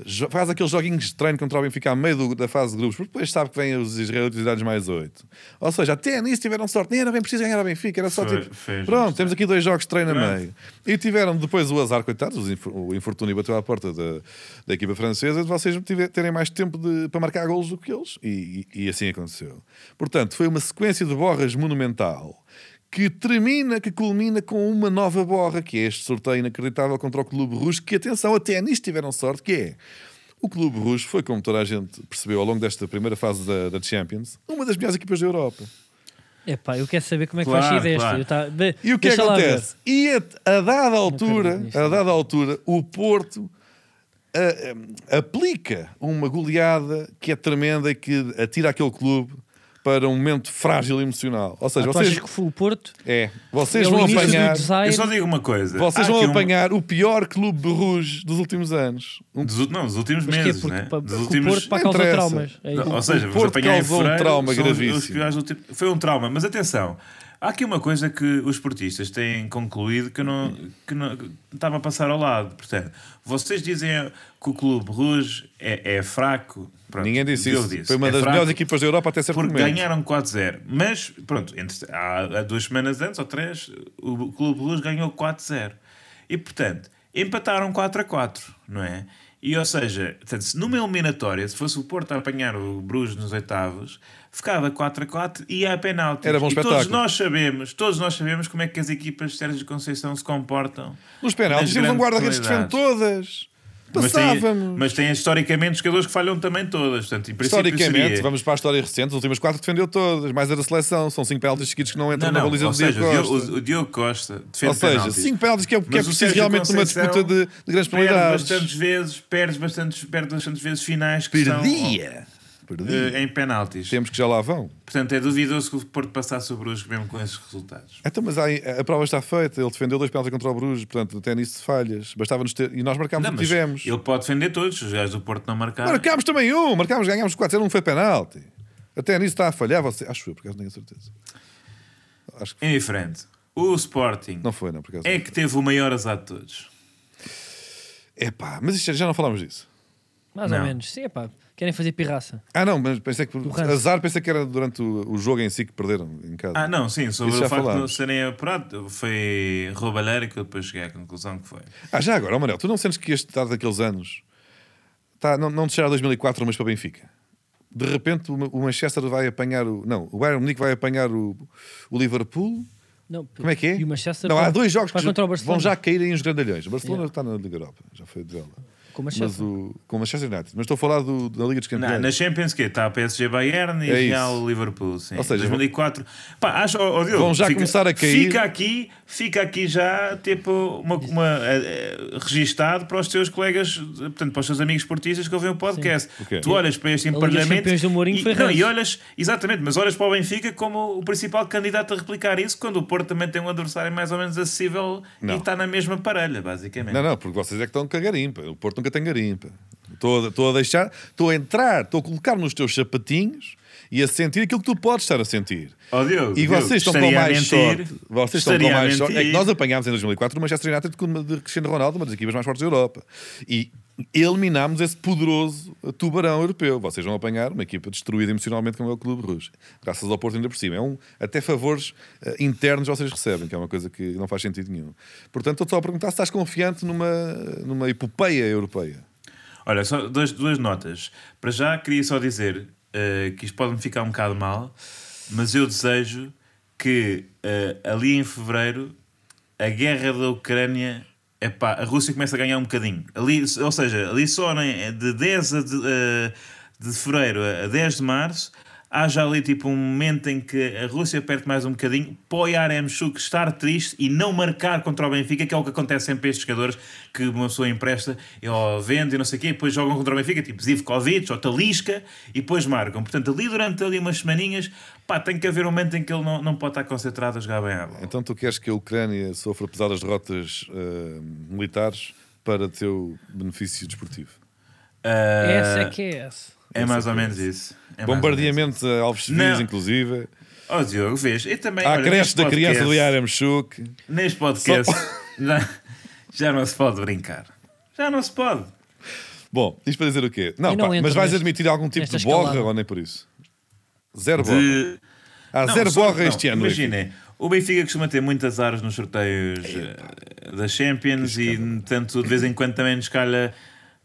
C: Jo- Faz aqueles joguinhos de treino contra o Benfica a meio do- da fase de grupos, porque depois sabe que vêm os israelitas e dá-lhes mais oito. Ou seja, até nisso tiveram sorte, nem era bem preciso ganhar ao Benfica, era só
B: Foi-
C: tipo.
B: foi justo.
C: pronto, temos aqui dois jogos de treino a
B: Pronto.
C: meio. E tiveram depois o azar, coitados, os infor- o infortúnio bateu à porta da, da equipa francesa de vocês tive- terem mais tempo de- para marcar golos do que eles. E, e- e assim aconteceu. Portanto, foi uma sequência de borras monumental que termina, que culmina com uma nova borra, que é este sorteio inacreditável contra o Clube Russo, que atenção, até nisto tiveram sorte, que é. O Clube Russo foi, como toda a gente percebeu ao longo desta primeira fase da, da Champions, uma das melhores equipas da Europa.
A: Epá, eu quero saber como é que
B: Claro,
A: vais sair deste.
B: claro.
A: Eu tá- de-
C: E o que
A: deixa lá
C: acontece? E a, a dada altura,
A: acredito nisto.
C: a dada altura, o Porto a- a- aplica uma goleada que é tremenda e que atira aquele clube para um momento frágil emocional. Ou
A: ver.
C: seja,
A: Ah, tu
C: vocês,
A: achas que foi o Porto?
C: é, vocês
A: é
C: vão
A: o início
C: apanhar,
A: do
B: Eu
A: desaire.
B: só digo uma coisa.
C: tá. vocês
B: Há
C: vão
B: aqui um-
C: apanhar o pior clube de Rouge dos últimos anos. Um
B: dos, ú- não, dos últimos
A: Mas que é
B: meses,
A: porque
B: né?
A: pa-
B: dos
A: porque o
B: últimos...
A: Porto para
C: Não
A: causar
C: interessa.
A: traumas. É,
B: Não,
A: o-
B: ou seja, vamos
C: Porto
B: apanhar em
C: causou um
B: fevereiro,
C: trauma
B: são os-
C: gravíssimo.
B: os piores do tipo- Foi um trauma, mas atenção. Há aqui uma coisa que os portistas têm concluído que eu não, que não que estava a passar ao lado. Portanto, vocês dizem que o Clube Rouge é, é fraco. Pronto,
C: Ninguém disse
B: eu
C: isso. Foi uma
B: é
C: das
B: fraco
C: melhores equipas da Europa até certo
B: Porque
C: momento.
B: ganharam 4-0. Mas, pronto, entre- há, há duas semanas antes ou três, o Clube Rouge ganhou 4-0. E, portanto, empataram 4-4, não é? E, ou seja, portanto, se numa eliminatória, se fosse o Porto a apanhar o Bruges nos oitavos, ficava 4-4 e ia a penaltis.
C: Era bom
B: e todos
C: espetáculo.
B: nós sabemos, todos nós sabemos como é que as equipas de Sérgio Conceição se comportam.
C: Nos
B: nas
C: penaltis, temos um
B: grandes
C: guarda-redes que defende
B: oportunidades.
C: todas.
B: Mas tem,
C: Passávamos.
B: mas tem historicamente jogadores que falham também todas. Portanto, em princípio
C: Historicamente,
B: seria-
C: vamos para a história recente, os últimos quatro defendeu todas, mais a da seleção, são cinco penaltis seguidos que não entram
B: Não, não,
C: na baliza
B: ou
C: do Diego
B: seja,
C: Costa.
B: o, Diogo, o Diogo Costa defende
C: Ou seja,
B: penaltis.
C: 5 penaltis que é, que é
B: Mas o
C: preciso
B: Sérgio
C: realmente numa
B: Conceição
C: disputa de, de
B: Perde
C: grandes probabilidades.
B: bastantes vezes, perde bastantes, perde bastantes vezes finais que
C: Perdia.
B: são
C: Perdia.
B: eh, em penaltis.
C: Temos que já lá vão.
B: Portanto, é duvidoso que o Porto passasse o Brusque mesmo com esses resultados.
C: Então, mas aí, a prova está feita, ele defendeu dois penaltis contra o Bruges, portanto, até nisso falhas. Bastava-nos ter. E nós marcámos
B: Não,
C: o que
B: mas
C: tivemos.
B: Ele pode defender todos, os gajos do Porto não marcaram.
C: Marcámos também um, marcámos, ganhámos 4 0 não foi penalti. Até nisso está a falhar, você... acho eu, por acaso não tenho certeza. Acho que
B: Indiferente. O Sporting
C: não foi, não, por acaso.
B: é que teve o maior azar de todos.
C: É pá, mas isto, já não falámos disso.
A: Mais ou
B: Não.
A: menos. Sim, epá. Querem fazer pirraça.
C: Ah, não, mas pensei que
A: Hans.
C: azar, pensei que era durante o, o jogo em si que perderam em casa.
B: Ah, não, sim, sobre
C: Isso
B: o
C: já
B: facto de não
C: falámos.
B: serem apurados. Foi roubalheira que eu depois cheguei à conclusão que foi.
C: Ah, já agora, ó Manel, tu não sentes que este dado daqueles anos tá, não, não deixará 2004, mas para Benfica? De repente o Ma- o Manchester vai apanhar o. Não, o Bayern Munique vai apanhar o, o Liverpool.
A: Não,
C: Como é que é?
A: E o Manchester
C: não, há
A: vai-
C: dois jogos que
A: vai
C: já-
A: contra o Barcelona.
C: vão já cair aí os grandalhões. O Barcelona
A: Yeah.
C: está na Liga Europa, já foi dela.
A: Com o
C: Mas
A: Manchester.
C: o, com o Manchester United. Mas estou a falar do- da Liga dos
B: Na,
C: Campeões.
B: na Champions que está a PSG Bayern e
C: É isso.
B: Real Liverpool, sim.
C: Ou seja,
B: 2004. Pá, acho, oh, oh, Diogo,
C: Vão já começar a cair.
B: Fica aqui, fica aqui já tipo uma, uma, eh, eh, registado para os teus colegas, eh, portanto, para os teus amigos esportistas que ouvem o podcast.
C: Ok.
B: Tu olhas para este
A: Liga dos
B: emparelhamento
A: Campeões do Mourinho foi
B: e, não,
A: ranço.
B: e olhas, exatamente, mas olhas para o Benfica como o principal candidato a replicar isso, quando o Porto também tem um adversário mais ou menos acessível
C: Não.
B: e está na mesma parelha, basicamente.
C: Não, não, porque vocês é que estão com a garimpa. O Porto nunca tem garimpa. Estou a, estou a deixar, estou a entrar, estou a colocar nos teus sapatinhos e a sentir aquilo que tu podes estar a sentir.
B: Ó Diogo,
C: E
B: Diogo,
C: vocês estão com
B: estaria a
C: mais
B: mentir,
C: sorte. Vocês estão com
B: estaria a
C: mais sorte. É que
B: mentir.
C: nós apanhámos em 2004 o Manchester United com uma de Cristiano Ronaldo, uma das equipas mais fortes da Europa. E eliminámos esse poderoso tubarão europeu. Vocês vão apanhar uma equipa destruída emocionalmente como é o Clube Rouge. Graças ao Porto ainda por cima. É um, até favores eh, internos vocês recebem, que é uma coisa que não faz sentido nenhum. Portanto, estou só a perguntar se estás confiante numa, numa epopeia europeia.
B: Olha, só dois, duas notas. Para já, queria só dizer eh, que isto pode-me ficar um bocado mal, mas eu desejo que eh, ali em fevereiro a guerra da Ucrânia. Epá, a Rússia começa a ganhar um bocadinho. Ali, ou seja, ali só né, de 10 a de, eh, de fevereiro a 10 de março haja ali tipo um momento em que a Rússia perde mais um bocadinho, põe Aremchuk estar triste e não marcar contra o Benfica, que é o que acontece sempre a estes jogadores que uma pessoa empresta ou vende e não sei o quê, e depois jogam contra o Benfica, tipo Zivkovic ou Talisca, e depois marcam. Portanto, ali durante ali umas semaninhas, pá, tem que haver um momento em que ele não, não pode estar concentrado a jogar bem à bola.
C: Então tu queres que a Ucrânia sofra pesadas derrotas eh, militares para teu benefício desportivo?
B: Ah,
A: Essa é que é essa.
B: É mais ou menos isso. É mais ou
C: Bombardeamento a Alves Fiz,
B: Não.
C: inclusive.
B: menos. Ó Diogo, vês? E também.
C: À
B: olha,
C: creche
B: neste
C: da
B: podcast-
C: criança do Yaramchuk.
B: Neste podcast. Já, já não se pode brincar. Já não se pode.
C: Bom, isto para dizer o quê? Não,
A: E não
C: pá,
A: entra
C: mas vais
A: neste-
C: admitir algum tipo
A: nesta
C: de borra
A: escalada.
C: ou nem por isso? Zero borra.
B: De...
C: Há
B: Não,
C: zero
B: só-
C: borra
B: não,
C: este ano.
B: Imaginem, o Benfica costuma ter muitas aras nos sorteios eh, da Champions e, portanto, de vez em quando também nos calha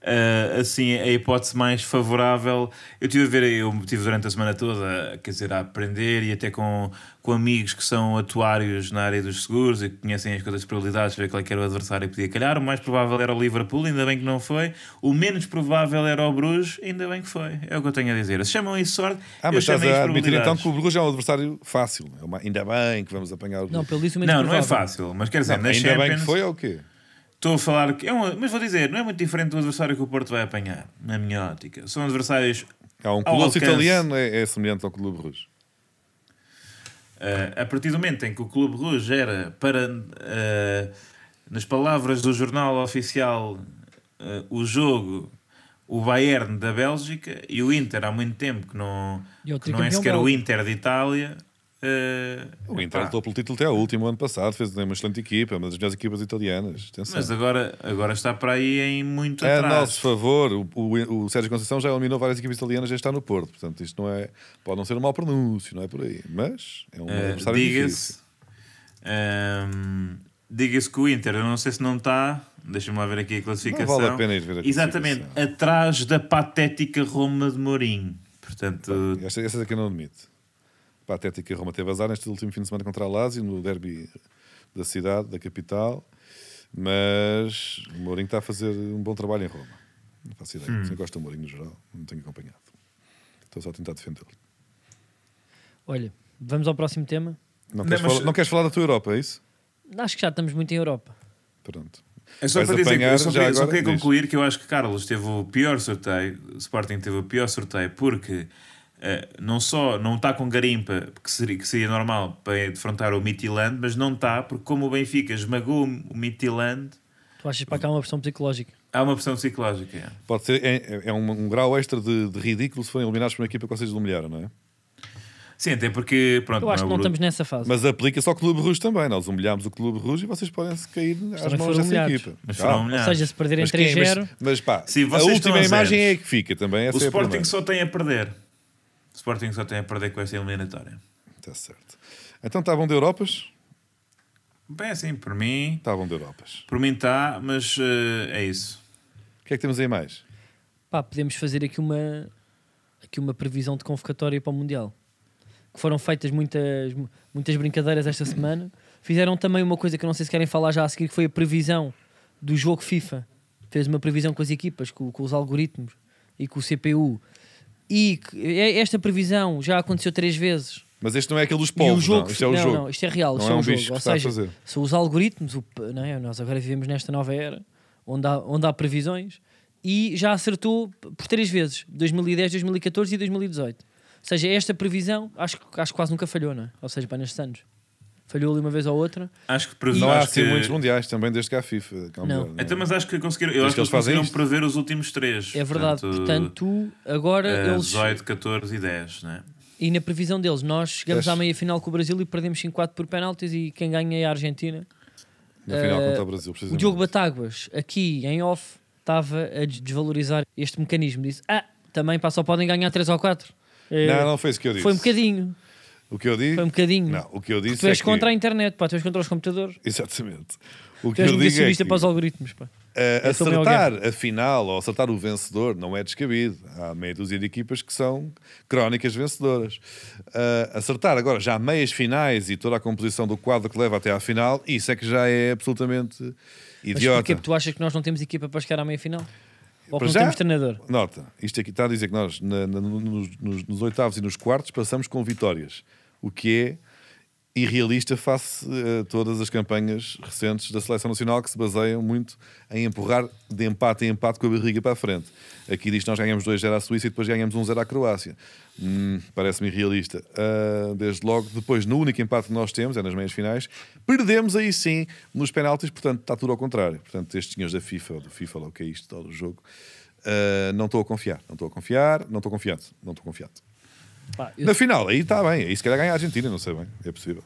B: eh, assim a hipótese mais favorável. Eu estive a ver, eu estive durante a semana toda, quer dizer, a aprender e até com, com amigos que são atuários na área dos seguros e que conhecem as coisas de probabilidades, ver qual é que era o adversário que podia calhar. O mais provável era o Liverpool, ainda bem que não foi. O menos provável era o Bruges, ainda bem que foi. É o que eu tenho a dizer. Se chamam isso sorte,
C: Ah,
B: eu
C: mas estás
B: chamo isso
C: a admitir então
B: probabilidades.
C: que o Bruges é um adversário fácil. É uma- Ainda bem que vamos apanhar o
A: Não,
C: Bruges.
A: pelo isso
B: Não, não é fácil, mas quer dizer, na
C: Ainda bem que
B: Champions,
C: foi ou o quê?
B: estou a falar que é um, mas vou dizer, não é muito diferente do adversário que o Porto vai apanhar, na minha ótica. São adversários
C: Há um
B: ao
C: colosso
B: alcance.
C: italiano é, é semelhante ao Clube Bruges.
B: Ah, a partir do momento em que o Clube Rouge era para, ah, nas palavras do jornal oficial, ah, o jogo, o Bayern da Bélgica e o Inter há muito tempo que não,
A: E o
B: que não é
A: tricampeão
B: sequer o
A: belga.
B: Inter de Itália. ah,
C: O Inter
B: pá,
C: lutou pelo título até ao último ano passado, fez uma excelente equipa, é uma das melhores equipas italianas. Atenção.
B: mas agora, agora está para aí em muito
C: É a
B: atraso.
C: nosso favor, o, o- o Sérgio Conceição já eliminou várias equipas italianas, já está no Porto. Portanto, isto não é. Pode não ser um mau pronúncio, não é por aí. Mas é um
B: Eh,
C: adversário difícil.
B: Diga-se. ehm, Diga-se que o Inter, eu não sei se não está. Deixa-me lá ver aqui a classificação.
C: Não vale a pena ir ver a
B: Exatamente,
C: classificação.
B: atrás da patética Roma de Mourinho. Portanto,
C: Esta, esta daqui eu não admito. Para a tética Roma teve azar neste último fim de semana contra a Lazio, no derby da cidade, da capital. Mas o Mourinho está a fazer um bom trabalho em Roma. Não faço ideia.
B: Hum.
C: Se eu gosto do Mourinho no geral, não tenho acompanhado. Estou só a tentar defendê-lo.
A: Olha, vamos ao próximo tema.
C: Não,
B: Não,
C: queres
B: mas-
C: falar- não queres falar da tua Europa, é isso?
A: Acho que já estamos muito em Europa.
C: Pronto.
B: é só
C: Vais
B: para dizer que
C: apanhar
B: eu só
C: já
B: queria, só
C: agora?
B: queria
C: Diz.
B: concluir que eu acho que Carlos teve o pior sorteio. O Sporting teve o pior sorteio porque eh, não só não está com garimpa, que seria, que seria normal para defrontar o Midtjylland, mas não está, porque como o Benfica esmagou o Midtjylland,
A: Tu achas para cá uma pressão psicológica?
B: há uma pressão psicológica. é.
C: Pode ser, é, é um, um grau extra de, de ridículo se forem eliminados por uma equipa que vocês humilharam, não é?
B: Sim, até porque, pronto,
A: Eu acho que
B: é
A: não
B: o Bruno.
A: estamos nessa fase.
C: Mas aplica-se ao Clube Rouge também. Nós humilhámos o Clube Rouge e vocês podem se cair às
A: também foram
C: mãos dessa
A: humilhados.
C: equipa.
B: Mas
C: Calma.
B: foram
A: Ou
B: humilhados.
A: seja, se perderem
B: é
C: Mas quem-
A: 3-0,
C: mas, mas pá,
B: Sim,
C: a
B: vocês estão
C: última
B: a
C: imagem
B: zeros.
C: é que fica também.
B: O
C: Essa é a
B: Sporting
C: primeira.
B: só tem a perder. O Sporting só tem a perder com esta eliminatória.
C: Tá certo. Então estavam de Europas?
B: Bem, assim, por mim,
C: Estavam de Europas.
B: por mim está, mas eh, é isso.
C: O que é que temos aí mais?
A: pá, podemos fazer aqui uma, aqui uma previsão de convocatória para o Mundial. Que foram feitas muitas, mu- muitas brincadeiras esta semana. Fizeram também uma coisa que eu não sei se querem falar já a seguir, que foi a previsão do jogo FIFA. Fez uma previsão com as equipas, com, com os algoritmos e com o CPU. E que- e- esta previsão já aconteceu três vezes.
C: Mas este não é aquele dos
A: e
C: povos,
A: o jogo,
C: não. Isto é o
A: não,
C: jogo.
A: não, isto é real,
C: Não
A: isto
C: é
A: é
C: um
A: um
C: bicho
A: jogo.
C: que
A: Ou
C: está a
A: seja,
C: fazer.
A: são os algoritmos, o p- não é? nós agora vivemos nesta nova era onde há, onde há previsões e já acertou p- por três vezes: 2010, 2014 e 2018. Ou seja, esta previsão acho, que- acho que quase nunca falhou, não é? Ou seja, para nestes anos falhou ali uma vez ou outra.
B: Acho que previ-
C: Não há
B: acho
C: assim
B: que-
C: muitos mundiais também, desde que é há FIFA. calma
A: Não.
C: lá,
B: Então, mas acho que conseguiram. Eu
C: Mas
B: acho que
C: que
B: eles
C: eles fazem
B: conseguiram
C: isto.
B: prever os últimos três.
A: É verdade. Portanto, tu, agora
B: eh,
A: eles.
B: 18, 14 e 10, né?
A: E na previsão deles, nós chegamos
C: Dez.
A: à meia final com o Brasil e perdemos 5-4 por penaltis e quem ganha é a Argentina.
C: Na final
A: Eh,
C: contra o Brasil,
A: O
C: precisamente.
A: Diogo Batáguas, aqui em off, estava a des- desvalorizar este mecanismo. Disse: Ah, também pá, só podem ganhar 3 ou 4.
C: Não, não foi isso que eu disse.
A: Foi um bocadinho.
C: O que eu disse?
A: Foi um bocadinho.
C: Não, o que eu
A: tu
C: disse é
A: és
C: que...
A: contra a internet, pá, tu és contra os computadores.
C: Exatamente. O que
A: Tu és um
C: eu digo é
A: negacionista
C: que
A: para os algoritmos, pá.
C: eh,
A: Eu sou o Mel Guerra.
C: acertar a final ou acertar o vencedor não é descabido. Há meia dúzia de equipas que são crónicas vencedoras. Eh, acertar agora já meias finais e toda a composição do quadro que leva até à final, isso é que já é absolutamente
A: Mas
C: idiota.
A: porquê? Porque tu achas que nós não temos equipa para chegar à meia final? Ou que
C: Para
A: não
C: já?
A: temos treinador?
C: Nota, isto aqui está a dizer que nós na- na- nos, nos- nos oitavos e nos quartos passamos com vitórias, o que é irrealista face a todas as campanhas recentes da Seleção Nacional que se baseiam muito em empurrar de empate em empate com a barriga para a frente. Aqui diz que nós ganhamos 2-0 à Suíça e depois ganhamos 1-0 à Croácia. Hum, Parece-me irrealista. Ah, desde logo, depois, no único empate que nós temos, é nas meias finais, perdemos aí sim nos penaltis, portanto está tudo ao contrário. Portanto, estes senhores da FIFA, ou do FIFA, lá o que é isto, tal do jogo, ah, não estou a confiar, não estou a confiar, não estou confiante, não estou confiado.
A: Pá, eu,
C: Na final, aí está bem, aí se calhar ganha a Argentina, não sei bem, é possível.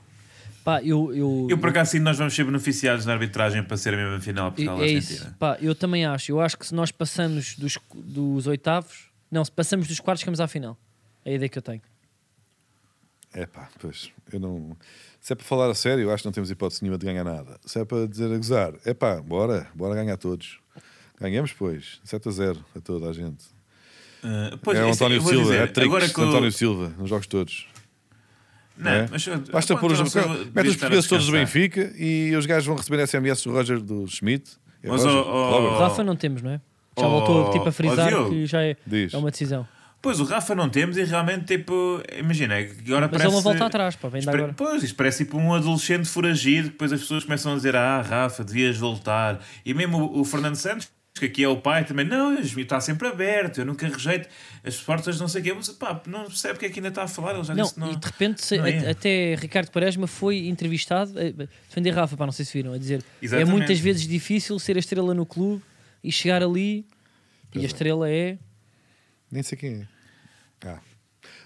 A: pá, eu, eu,
B: Eu por acaso sim, nós vamos ser beneficiados na arbitragem para ser a mesma final
A: é isso.
B: Portugal-Argentina.
A: Pá, eu também acho. Eu acho que se nós passamos dos, dos oitavos, não, se passamos dos quartos, chegamos à final. É a ideia que eu tenho.
C: É pá, pois, eu não. Se é para falar a sério, eu acho que não temos hipótese nenhuma de ganhar nada. Se é para dizer a gozar, é pá, bora, bora ganhar todos. Ganhamos, pois, 7 a 0 a toda a gente.
B: Ah, pois,
C: é o
B: isso eu
C: António
B: vou
C: Silva,
B: dizer.
C: é tricks
B: Agora
C: de
B: que o-
C: António Silva, nos jogos todos.
B: Não,
C: é?
B: mas eu-
C: Basta
B: pô,
C: pôr os,
B: Então, António Silva devia
C: mete os
B: estar a
C: portugueses todos do
B: descansar.
C: Benfica e os gajos vão receber SMS do Roger do Schmidt. É
B: Mas,
C: Roger?
B: ó, ó,
C: Robert?
B: Oh.
A: Rafa não temos, não é? Já
B: Oh,
A: voltou tipo,
B: oh,
A: a frisar
B: Diogo.
A: que já é,
C: Diz.
A: é uma decisão.
B: Pois, o Rafa não temos e realmente, tipo, imagina, agora
A: Mas
B: parece...
A: ele não volta atrás, pá, vem de
B: Espre-
A: agora.
B: Pois, isto parece tipo um adolescente foragido, que depois as pessoas começam a dizer, ah, Rafa, devias voltar. E mesmo o, o Fernando Santos, que aqui é o pai, também, não, eu- está sempre aberto, eu nunca rejeito as portas, não sei o quê, mas pá, não percebe o que é que ainda está a falar, ele já
A: Não,
B: disse que não.
A: e de repente se-
B: não é.
A: a- até Ricardo Quaresma foi entrevistado a a defender Rafa, para não sei se viram, a dizer
B: Exatamente.
A: é muitas vezes difícil ser a estrela no clube e chegar ali e a estrela é
C: Nem sei quem é. Ah.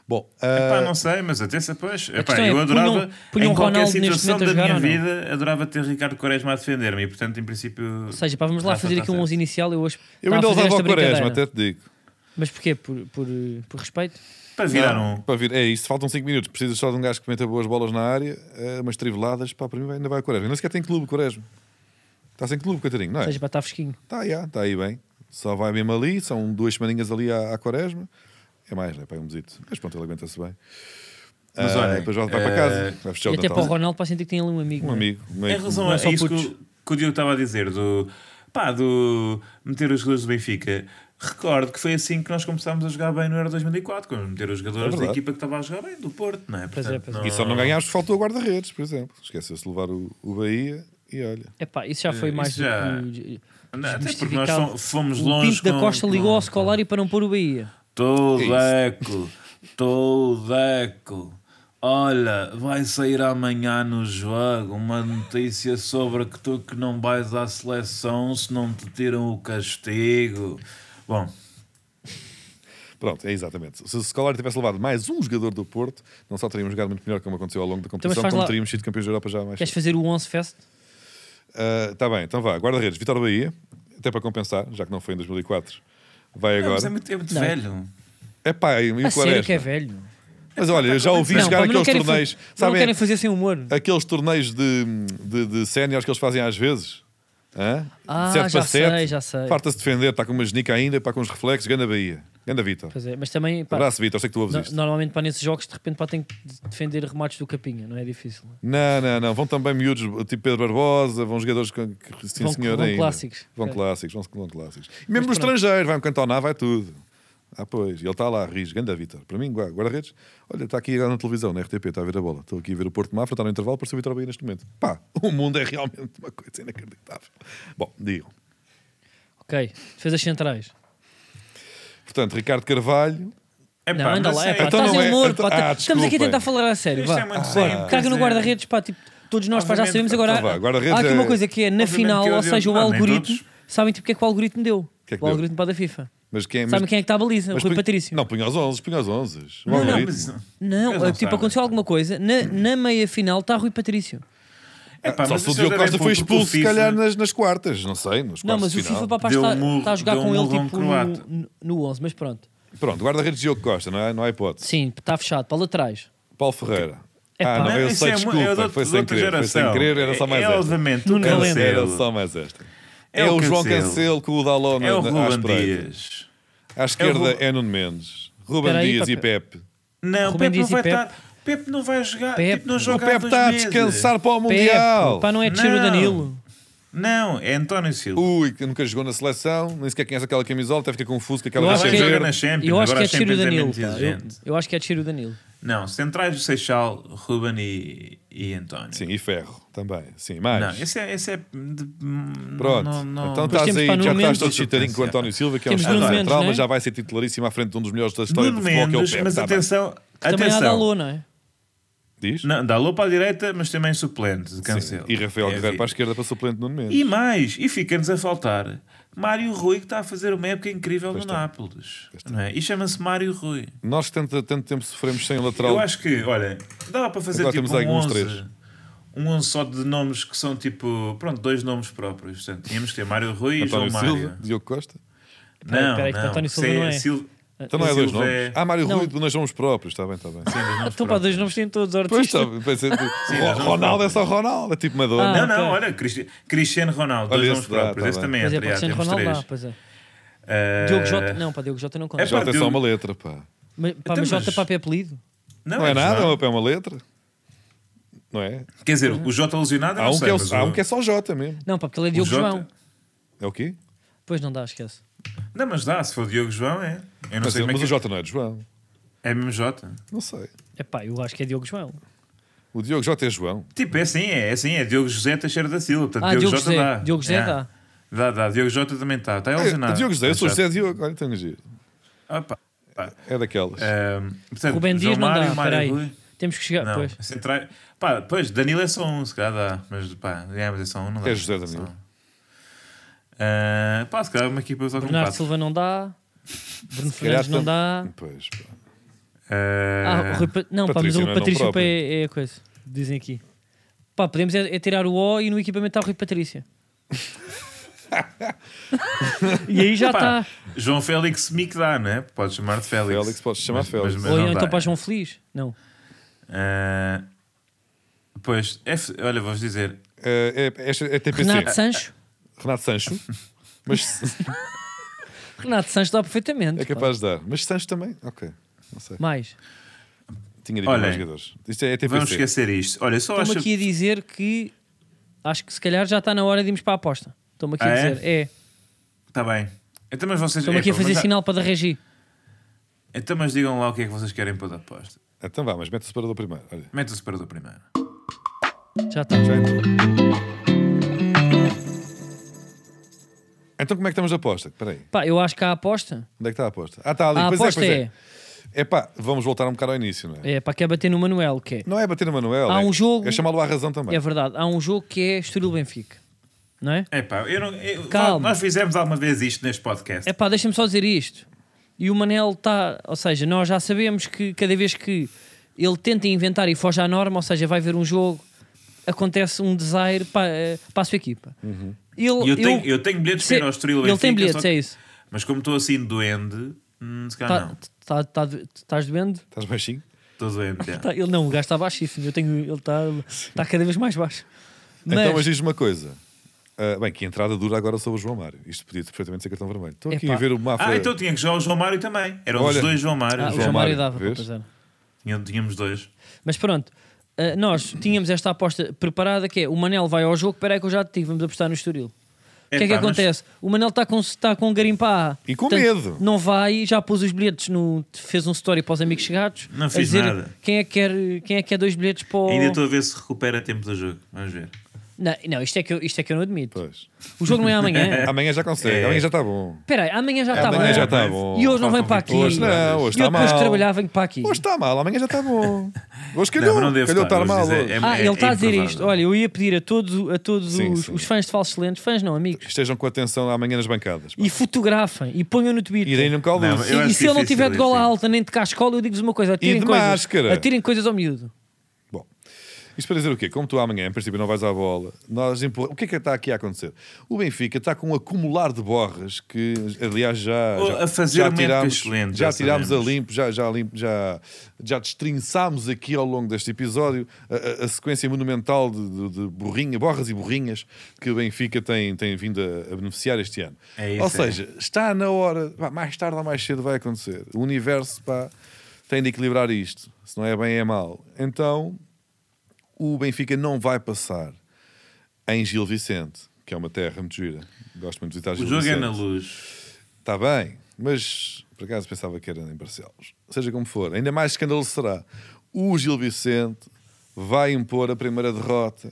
C: Bom,
B: Epá,
C: ah,
B: não sei, mas até se pois. Epá,
A: questão é,
B: eu
A: punham-
B: adorava,
A: punham
B: em qualquer
A: Ronaldo neste
B: situação
A: momento
B: da
A: a jogar
B: minha
A: ou não?
B: vida, adorava ter Ricardo Quaresma a defender-me e, portanto, em princípio.
A: Ou seja, pá, vamos lá
B: Rafa
A: fazer
B: tá
A: aqui um
B: certo.
A: 11 inicial. Eu hoje
C: eu
A: estava
C: ainda
A: a fazer
C: levava
A: esta
C: ao Quaresma,
A: brincadeira.
C: até te digo.
A: Mas porquê? Por, por, eh, por respeito?
B: Para virar
C: Não,
B: um.
C: Para vir. É isso, faltam 5 minutos. Precisas só de um gajo que meta boas bolas na área, eh, umas triveladas. Pá, para mim vai- ainda vai o Quaresma. Não sequer tem clube, o Quaresma. Está sem clube, Catarino, não
A: Ou
C: é?
A: seja, para estar fresquinho.
C: Está já, está aí bem. Só vai mesmo ali, são duas semaninhas ali à, à Quaresma. É mais, né? Pai, um besito. Mas pronto, ele aguenta-se bem.
B: Mas
C: Ah,
B: olhem,
C: depois vai, vai
B: eh,
C: para casa. Vai fechar o
A: E até para o
C: Natal.
A: Ronaldo, para sentir que tem ali um amigo.
C: tá
A: não
C: Um
A: é?
C: amigo. Um
B: Em
C: amigo.
B: relação
A: não
B: a
A: é só
B: isso que
A: putos.
B: o, que o Diogo estava a dizer, do, pá, do meter os jogadores do Benfica, recordo que foi assim que nós começámos a jogar bem no Euro 2004, quando meter os jogadores da
C: É verdade.
B: equipa que estava a jogar bem, do Porto, não é?
A: Pois é, pois é.
C: E só não ganhaste, faltou o guarda-redes, por exemplo. Esqueceu-se de levar o, o Bahia e olha.
A: Epá, isso já foi
B: Eh,
A: mais
B: isso
A: do
B: já-
A: que.
B: Não, até porque nós
A: justificado.
B: fom- fomos
A: o
B: longe.
A: Pinto da
B: com-
A: Costa ligou
B: com-
A: ao Scolari para não pôr o Bahia.
B: Todeco, Todeco. Olha, vai sair amanhã no jogo uma notícia sobre que tu que não vais à seleção se não te tiram o castigo. Bom,
C: Pronto, é exatamente. Se o Scolari tivesse levado mais um jogador do Porto, não só teríamos jogado muito melhor como aconteceu ao longo da competição,
A: Então, faz
C: como
A: lá-
C: teríamos sido campeões da Europa já há mais.
A: Queres fazer o 11 Fest?
C: Está bem, então vá. Guarda-redes, Vitória Bahia, até para compensar, já que não foi em 2004. Vai
B: Não, mas é
C: agora.
B: muito, é muito
A: Não.
B: velho.
C: É pá, e
A: A
C: o
A: sério que é
C: Quaresma.
A: velho.
C: Mas olha, eu já ouvi
A: Não,
C: jogar
A: pá, mas não
C: aqueles
A: querem fa-
C: torneios. é-
A: mas não
C: Sabem
A: querem fazer sem humor.
C: aqueles torneios de, de, de séniores que eles fazem às vezes? Hã? De
A: Ah,
C: sete
A: já
C: para sete.
A: sei, já sei.
C: Farta-se de defender, está com uma genica ainda, pá, com os reflexos. Ganda Bahia. Ganda Vitor.
A: Pois é, mas também. pá,
C: Abraço, Vitor, sei que tu ouves
A: no-
C: isto.
A: normalmente para nesses jogos, de repente, pá, tem que de- defender remates do Capinha, não é difícil.
C: Não, não, não. Vão também miúdos, tipo Pedro Barbosa, vão jogadores com que sim,
A: Vão-
C: senhor
A: vão
C: ainda.
A: clássicos.
C: Vão
A: Ok.
C: clássicos, vão, vão clássicos. E mesmo
A: Mas
C: no
A: pronto.
C: estrangeiro, vai um cantonar, vai tudo. Ah, pois, e ele está lá, ris, ganda Vitor. Para mim, gua- guarda-redes, olha, está aqui agora na televisão, na RTP, está a ver a bola. Estou aqui a ver o Porto de Mafra, está no intervalo, para o Vitor Bahia neste momento. Pá, o mundo é realmente uma coisa inacreditável. Bom, digam.
A: Ok, defesas centrais.
C: Portanto, Ricardo Carvalho,
B: É
A: não, anda lá, é pá,
C: então
A: estás
C: não
A: em
C: é-
A: humor,
C: então-
A: pá,
C: ah,
A: estamos aqui a
C: desculpem.
A: tentar falar a sério.
B: Isto
A: Vá.
B: é muito
A: Bora,
B: sério,
A: Carga no
B: quer dizer-
A: guarda-redes, pá, tipo, todos nós pá, já
B: Obviamente,
A: sabemos agora.
C: tá bem, agora
A: há aqui
C: redes
A: uma
C: é-
A: coisa que é na
B: obviamente
A: final,
B: que eu
A: ou
B: adianto-
A: seja, o
B: Ah, nem
A: algoritmo.
B: todos.
A: Sabem tipo o que é que o algoritmo deu?
C: Que é que
A: o
C: deu?
A: algoritmo para da FIFA.
C: Mas quem mas-
A: Sabem quem é que está a baliza?
C: mas
A: Rui
C: punha-
A: Patrício.
C: Não, punha aos 11, punha aos 11.
B: Não, não,
C: algoritmo.
B: mas isso não-
A: Não,
B: Eles
A: tipo,
B: não sabem.
A: aconteceu alguma coisa. Na, na meia final está Rui Patrício.
B: É pá,
C: Só
B: mas
C: se o
B: isso
C: Diogo
B: já
C: Costa
B: deve
C: foi
B: porque o
C: expulso, se
B: FIFA-
C: calhar, nas, nas quartas. Não sei, nos quartos
A: Não, mas
C: de
A: o
C: final.
A: FIFA papá,
B: Deu
A: está,
B: um murro-
A: está a jogar
B: deu um
A: com ele
B: murro a um
A: tipo
B: croata.
A: no, no 11, mas pronto.
C: Pronto, guarda-redes Diogo Costa, não, é? não há hipótese.
A: Sim, está fechado para laterais.
C: Paulo Ferreira.
A: Epá.
C: ah, não,
B: Não,
C: eu
B: isso
C: sei,
B: é mu-
C: desculpa.
B: é de outra-
C: foi
B: de
C: sem
B: outra
C: querer, foi sem
B: geração.
C: querer, era só mais
B: É
C: esta.
B: obviamente o
A: Nuno
C: Era-
A: Valente.
C: Era
B: Cancelo.
C: só mais esta. É,
B: É
C: o
B: o
C: João
B: Cancelo.
C: Cancelo com o Daló na,
B: É o
C: na, à
B: Ruben
C: espreita.
B: Dias.
C: À esquerda
B: É
C: é,
B: o Ruben-
C: Nuno Mendes. Ruben
A: Espera aí,
C: Dias e
A: papai.
C: Pepe.
B: Não, o
A: Rubem
B: Pepe não
A: Dias e
B: vai
A: Pepe.
B: estar. Pepe não vai jogar.
A: Pepe.
B: Tipo, não
A: O
C: O
B: joga há
C: Pepe
B: dois
C: está a
B: meses.
C: descansar para o Mundial.
A: Pepe, pá, não é de ser o
B: Não.
A: Danilo.
B: Não, é António Silva.
C: Ui, que nunca jogou na seleção, nem sequer conhece aquela camisola, até fica confuso com aquela
A: Eu
B: Agora
A: acho
C: veste
A: que é-
B: joga
C: verde.
B: na Champions.
A: Eu acho que
B: Agora
A: é de ser o
B: Champions
A: Danilo.
B: muito
A: pá. Eu,
B: exigente.
A: eu acho que é de ser o Danilo.
B: Não, centrais do Seixal, Ruben e, e António.
C: Sim, e ferro também. Sim, mais.
B: Não, esse é. Esse é de-
C: Pronto,
B: não- não-
C: então
A: Depois
C: estás
A: temos
C: aí,
A: para Nuno
C: já estás
A: Mendes.
C: todo chitadinho com o António Silva, que é um
A: Temos
C: excelente
B: Nuno
C: central,
A: Mendes,
C: mas
A: não é?
C: já vai ser titularíssimo à frente de um dos melhores da história
B: Nuno
C: do futebol,
B: Mendes,
C: que é o Pepe.
B: mas
C: tá bem.
B: atenção.
A: Que também há
B: atenção.
A: Dalô, não é?
C: Diz?
B: Não, dá Lô para a direita, mas também suplente de Cancelo.
C: E Rafael
B: É
C: Guerreiro
B: assim.
C: para a esquerda para suplente Nuno Mendes.
B: E mais, e fica-nos a faltar Mário Rui, que está a fazer uma época incrível no Nápoles. Não é? E chama-se Mário Rui.
C: Nós que tanto, tanto tempo sofremos sem lateral.
B: Eu acho que, olha, dava para fazer
C: Agora
B: tipo
C: temos aí
B: um
C: uns
B: 11,
C: três.
B: um 11 só de nomes que são tipo, pronto, dois nomes próprios. Portanto, tínhamos que ter Mário Rui e João
C: António
B: Mário.
C: Silva, Diogo Costa.
B: Não,
A: Espera aí, que
B: não,
A: António Silva
B: Se-
A: não é.
B: Sil-
C: Então não é dois
B: Silva é-
C: nomes. Ah, Mário
A: Não.
C: Rui, nós somos próprios, está bem, está bem.
B: Tem dois nomes
A: Estão para
B: próprios.
A: Ah, então dois nomes, têm todos
C: Pois está,
A: artistas.
C: pensei,
B: nós somos
C: Ronaldo é só Ronaldo, é tipo Madonna.
A: Ah.
B: Não, não,
A: ok.
B: olha, Cristi- Cristiano Ronaldo,
C: Olha,
B: dois
C: esse
B: nomes
C: dá,
B: próprios.
C: tá
B: esse
C: bem.
B: também
A: Mas é
B: entra,
A: para
B: já,
A: Cristiano
B: temos
A: Ronaldo, dá,
B: três.
A: pois é.
B: Ah,
A: Diogo Jota, não, para Diogo Jota não conta.
B: É
C: Jota é
B: Diogo-
C: só uma letra, pá.
A: Mas, pá,
B: Então,
A: mas Jota
B: mas-
A: para apelido.
C: Não é nada, é
B: Jota.
C: uma- é uma letra. Não é?
B: Quer dizer, o Jota lesionado eu
C: Há
B: não
C: um,
B: sei,
C: que é,
B: mas
C: o- há
B: o-
C: um que é só J mesmo.
A: Não, pá, porque ele é Diogo
B: Jota-
A: João.
C: É o quê?
A: Pois não dá, esquece.
B: Não, mas dá, se for Diogo João é. Eu não
C: Mas,
B: sei como é
C: mas
B: que
C: o J não é de João.
B: é mesmo Jota.
C: Não sei.
A: É pá, eu acho que é Diogo João.
C: O Diogo J é João.
B: Tipo, é assim, é, é assim, é Diogo José Teixeira da Silva. Portanto,
A: Ah,
B: Diogo,
A: Diogo
B: Jota
A: José.
B: dá.
A: Diogo José
B: É.
A: dá.
B: Dá, dá. Diogo Jota também está. Está
C: É,
B: lesionado.
C: o Diogo José, eu sou
B: Está
C: José Diogo. Olha, tenho giro.
B: chato. Opa, pá.
C: É daquelas.
B: Ahm, portanto,
A: Rubem
B: João
A: Dias não
B: Mário,
A: dá,
B: Mário
A: peraí.
B: Rui.
A: Temos que chegar.
B: Não,
A: Pois.
B: centrais- Pá, pois, Danilo é só um, se calhar dá. Mas pá, é, mas é só um, não dá.
C: É José Danilo.
B: Só um. Ah, pá, se calhar uma equipa só com
A: Bernardo
B: quatro.
A: Silva não dá. Bruno
C: calhar
A: Fernandes não dá.
C: Pois, pá.
A: Ah, o
B: Ah,
A: Rui Pa- Não, pá, mas
C: Patrício
A: o
C: não é
A: Patrício
C: nome próprio.
A: é, é a coisa. Dizem aqui. Pá, podemos é, é tirar o O e no equipamento está o Rui Patrício. e aí já tá.
B: Pá,
A: está.
B: João Félix me que dá, não é? Podes chamar de Félix.
C: Félix, podes chamar
B: Mas-
C: Félix.
B: mas- mas
A: Ou
B: não
A: então
B: dá.
A: para João Feliz? Não.
B: Ah, pois, é f- olha, vou-vos dizer.
C: É, é, esta- é TPC.
A: Renato
C: Renato,
A: Sancho?
C: Sancho. Mas
A: Renato Sancho dá perfeitamente.
C: é capaz de dar. Mas Sancho também? Ok. Não sei.
A: pá. Mais.
C: Tinha dito
B: Olhem,
C: mais jogadores. Isto é, é TPC.
B: Vamos esquecer isto. Olha, só acho
A: Estão-me aqui a dizer que acho que se calhar já está na hora de irmos para a aposta. Estão-me aqui
B: Ah,
A: a
B: é?
A: dizer. É.
B: Está bem. Então, mas vocês.
A: Estão-me aqui a
B: Epá,
A: fazer
B: mas há-
A: sinal para da Regi.
B: Então, mas digam lá o que é que vocês querem para a aposta.
C: Então vá, mas mete o separador primeiro. Olha.
B: Mete o separador primeiro.
A: Já está.
C: Já entrou. Então como é que estamos a aposta? Espera aí.
A: Pá, eu acho que há aposta.
C: Onde é que está a aposta? Ah, está ali.
A: A
C: pois
A: aposta
C: é, pois
A: é.
C: é. É pá, vamos voltar um bocado ao início, não é?
A: É, para que é bater no Manuel, que é.
C: Não é bater no Manuel.
A: Há
C: é-
A: um jogo-
C: É chamá-lo à razão também.
A: É verdade. Há um jogo que é Estoril Benfica. Não é?
B: É pá, eu não. eu-
A: Calma.
B: Nós fizemos alguma vez isto neste podcast.
A: É pá, deixa-me só dizer isto. E o Manel está. Ou seja, nós já sabemos que cada vez que ele tenta inventar e foge à norma, ou seja, vai ver um jogo, acontece um desire para, para a sua equipa.
B: E
C: Uhum.
A: Ele,
B: eu, tenho,
A: eu-
B: eu tenho bilhetes
A: se-
B: para ir ao Estoril
A: Ele tem
B: Benfica,
A: bilhetes,
B: só que-
A: é isso.
B: Mas como estou assim doente, hum, se calhar
A: Tá-
B: não.
A: tá- tá- Estás doendo?
C: Estás baixinho?
B: Estou doente. é.
A: Tá, ele não, o gajo está baixíssimo. Eu tenho, ele está está cada vez mais baixo. Mas,
C: Então, mas diz uma coisa. Ah, bem, que entrada dura agora sobre o João Mário. Isto podia perfeitamente ser cartão vermelho. Estou aqui
A: Epá.
C: a ver o Mafra.
B: Ah, então tinha que jogar o João Mário também. Eram os
C: Olha.
B: dois João Mário.
A: Ah, o
C: João
A: João Mário
C: Mário,
A: dava para
C: vês?
A: fazer.
B: Tinha- Tínhamos dois.
A: Mas pronto, ah, nós tínhamos esta aposta preparada que é o Manel vai ao jogo, espera aí que eu já te digo, vamos apostar no Estoril. O que é que
B: Epá, mas-
A: acontece? O Manel está com, está com garimpa
C: E com medo.
A: Não vai, já pôs os bilhetes, no, fez um story para os amigos chegados.
B: Não
A: a
B: fiz
A: dizer
B: nada.
A: Quem é, que quer, quem é que quer dois bilhetes para o...
B: Ainda estou a ver se recupera tempo do jogo. Vamos ver.
A: Não, não, isto, é que eu, isto é que eu não admito.
C: Pois.
A: O jogo não é amanhã.
C: Amanhã já consegue,
B: É. Tá
C: amanhã já está bom.
A: Espera aí, amanhã já está
C: É, amanhã
A: bom.
C: já está bom.
A: E hoje não
B: Faltam
A: vem para aqui.
B: 24
C: Hoje não,
A: e
C: hoje
A: eu
C: está
A: depois de
C: mal.
A: trabalhar venho para aqui.
C: Hoje tá está mal, amanhã já está bom. Hoje
B: Não,
C: calhou,
B: mas não deve
C: calhou
B: estar.
C: estar, mal.
B: hoje
C: Hoje.
B: dizer- é-
A: ah,
B: é-
A: ele está
B: é
A: a dizer
B: improvável.
A: isto. Olha, eu ia pedir a todos, a todos
C: Sim,
A: os,
C: sim.
A: os fãs de Falsos Excelentes, fãs não, amigos,
C: Estejam com atenção amanhã nas bancadas. pá.
A: e fotografem e ponham no Twitter.
C: E deem um caldo.
B: Não, mas- Eu
A: E- E,
B: acho
A: se ele não
B: difícil
A: tiver de gola
B: isso.
A: alta nem de cascola, eu digo-vos uma coisa: atirem,
C: de
A: coisas,
C: máscara.
A: atirem coisas ao miúdo.
C: Bom, isto para dizer o quê? Como tu amanhã, em princípio, não vais à bola, nós empurra... o que é que está aqui a acontecer? O Benfica está com um acumular de borras que, aliás, já.
B: Ou
C: já-
B: a fazer
C: já
B: uma época
C: tirámos,
B: excelente,
C: já
B: já
C: tirámos a
B: sabemos.
C: limpo, já, já, limpo, já, já destrinçámos aqui ao longo deste episódio a, a- a sequência monumental de, de, de borrinha, borras e borrinhas que o Benfica tem, tem vindo a, a beneficiar este ano.
B: É isso,
C: ou
B: é.
C: seja, está na hora, pá, mais tarde ou mais cedo vai acontecer. O universo pá, tem de equilibrar isto. Se não é bem, é mal. Então, o Benfica não vai passar em Gil Vicente, que é uma terra muito gira. Gosto muito de visitar
B: O
C: Gil
B: jogo é
C: Vicente.
B: na luz.
C: Está Tá bem, mas por acaso pensava que era em Barcelos. Seja como for, ainda mais escândalo será. O Gil Vicente vai impor a primeira derrota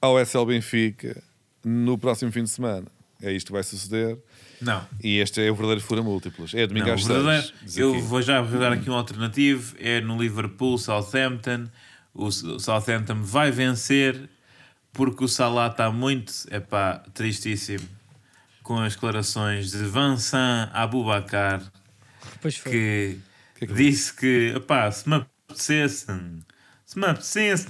C: ao SL Benfica no próximo fim de semana. É isto que vai suceder.
B: Não.
C: E este é o verdadeiro fura múltiplos. É domingo
B: Não,
C: às
B: o
C: seis.
B: verdadeiro-
C: diz
B: eu
C: aqui.
B: vou já dar aqui um alternativo. É no Liverpool, Southampton. O S- o Southampton vai vencer porque o Salah está muito epá, tristíssimo com as declarações de Vincent Abubakar
A: Pois foi.
B: que, disse que epá, se me apetecesse, se me apetecesse,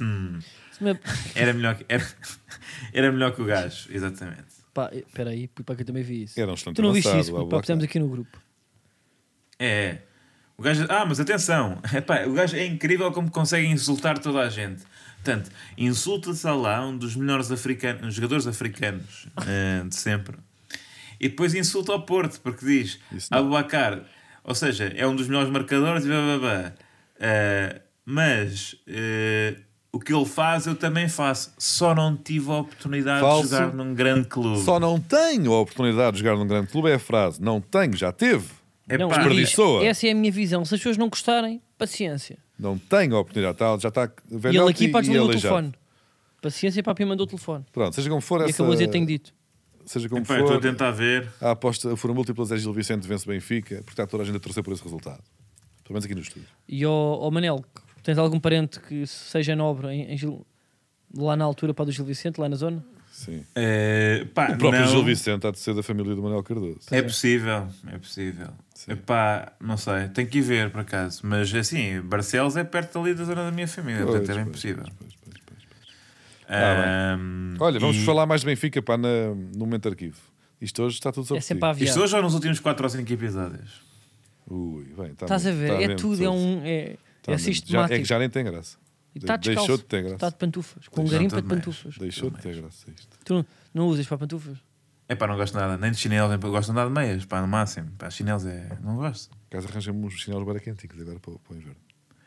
A: Se me-
B: era melhor que, era, era melhor que o gajo, exatamente.
A: Pá, espera aí, puto, pá, que eu também vi isso.
C: Era um excelente
A: tu não viste
C: avançado,
A: isso, puto,
C: Abu
A: pá,
C: Bakar.
A: pusemos aqui no grupo.
B: É. O gajo. Ah, mas atenção! Epá, o gajo é incrível como consegue insultar toda a gente. Portanto, insulta Salah, um dos melhores africanos, jogadores africanos eh, de sempre. E depois insulta ao Porto, porque diz
C: Isso não.
B: Abubacar, ou seja, é um dos melhores marcadores e blá, blá, blá. Eh, mas eh, o que ele faz eu também faço. Só não tive a oportunidade
C: Falso.
B: de jogar num grande clube.
C: Só não tenho a oportunidade de jogar num grande clube é a frase. Não tenho, já teve.
B: Epá,
A: Não,
C: desperdiçou-a.
A: Essa é a minha visão. Se as pessoas não gostarem, paciência.
C: Não tenho a oportunidade. Tá- Já está
A: e
C: velhote
A: ele aqui, pá,
C: e
A: mandou o
C: ele já.
A: telefone. Paciência, papi mandou o telefone.
C: Pronto, seja como for
A: E
C: essa...
A: acabou a dizer, tenho dito.
C: Seja como
B: Epá, eu estou a
C: for...
B: tentar ver.
C: A aposta foram múltiplas é Gil Vicente vence o Benfica, porque está toda a gente a torcer por esse resultado. Pelo menos aqui no estúdio.
A: E ao, ao Manel, tens algum parente que seja nobre em, em Gil- lá na altura, para do Gil Vicente, lá na zona?
C: Sim.
B: Eh, pá,
C: O próprio
B: não.
C: Gil Vicente há de ser da família do Manuel Cardoso.
B: É possível, é possível.
C: Sim.
B: Epá, não sei, tenho que ir ver por acaso. Mas assim, Barcelos é perto ali da zona da minha família,
C: Pois,
B: portanto é bem
C: pois,
B: possível.
C: pois, pois, pois, pois.
B: Ahm,
C: Olha, vamos
B: e
C: falar mais de Benfica pá, na, no momento arquivo. Isto hoje está tudo sobre
A: É sempre a
C: ti.
A: aviar.
B: Isto hoje ou nos últimos 4 ou 5 episódios?
C: Ui, bem, está
A: Estás a
C: mesmo,
A: ver?
C: está
A: é
C: mesmo
A: tudo, é
C: tudo.
A: um. É,
C: Está
A: é
C: mesmo. Já-
A: sistemático.
C: é que já nem tem graça.
A: E está
C: De-
A: descalço.
C: Deixou de ter
A: Está
C: graça.
A: de pantufas. Com um
B: Não,
A: garimpa de
B: tudo bem.
A: pantufas.
C: Deixou de ter graça isto.
A: Tu não, não usas para pantufas?
B: Epá, não gosto nada, nem de chinelos, nem gosto de andar de meias, pá, no máximo. Pá, chinelos é. Não gosto.
C: Caso arranjamos uns chinelos bem quentinhos agora para, o- para o inverno.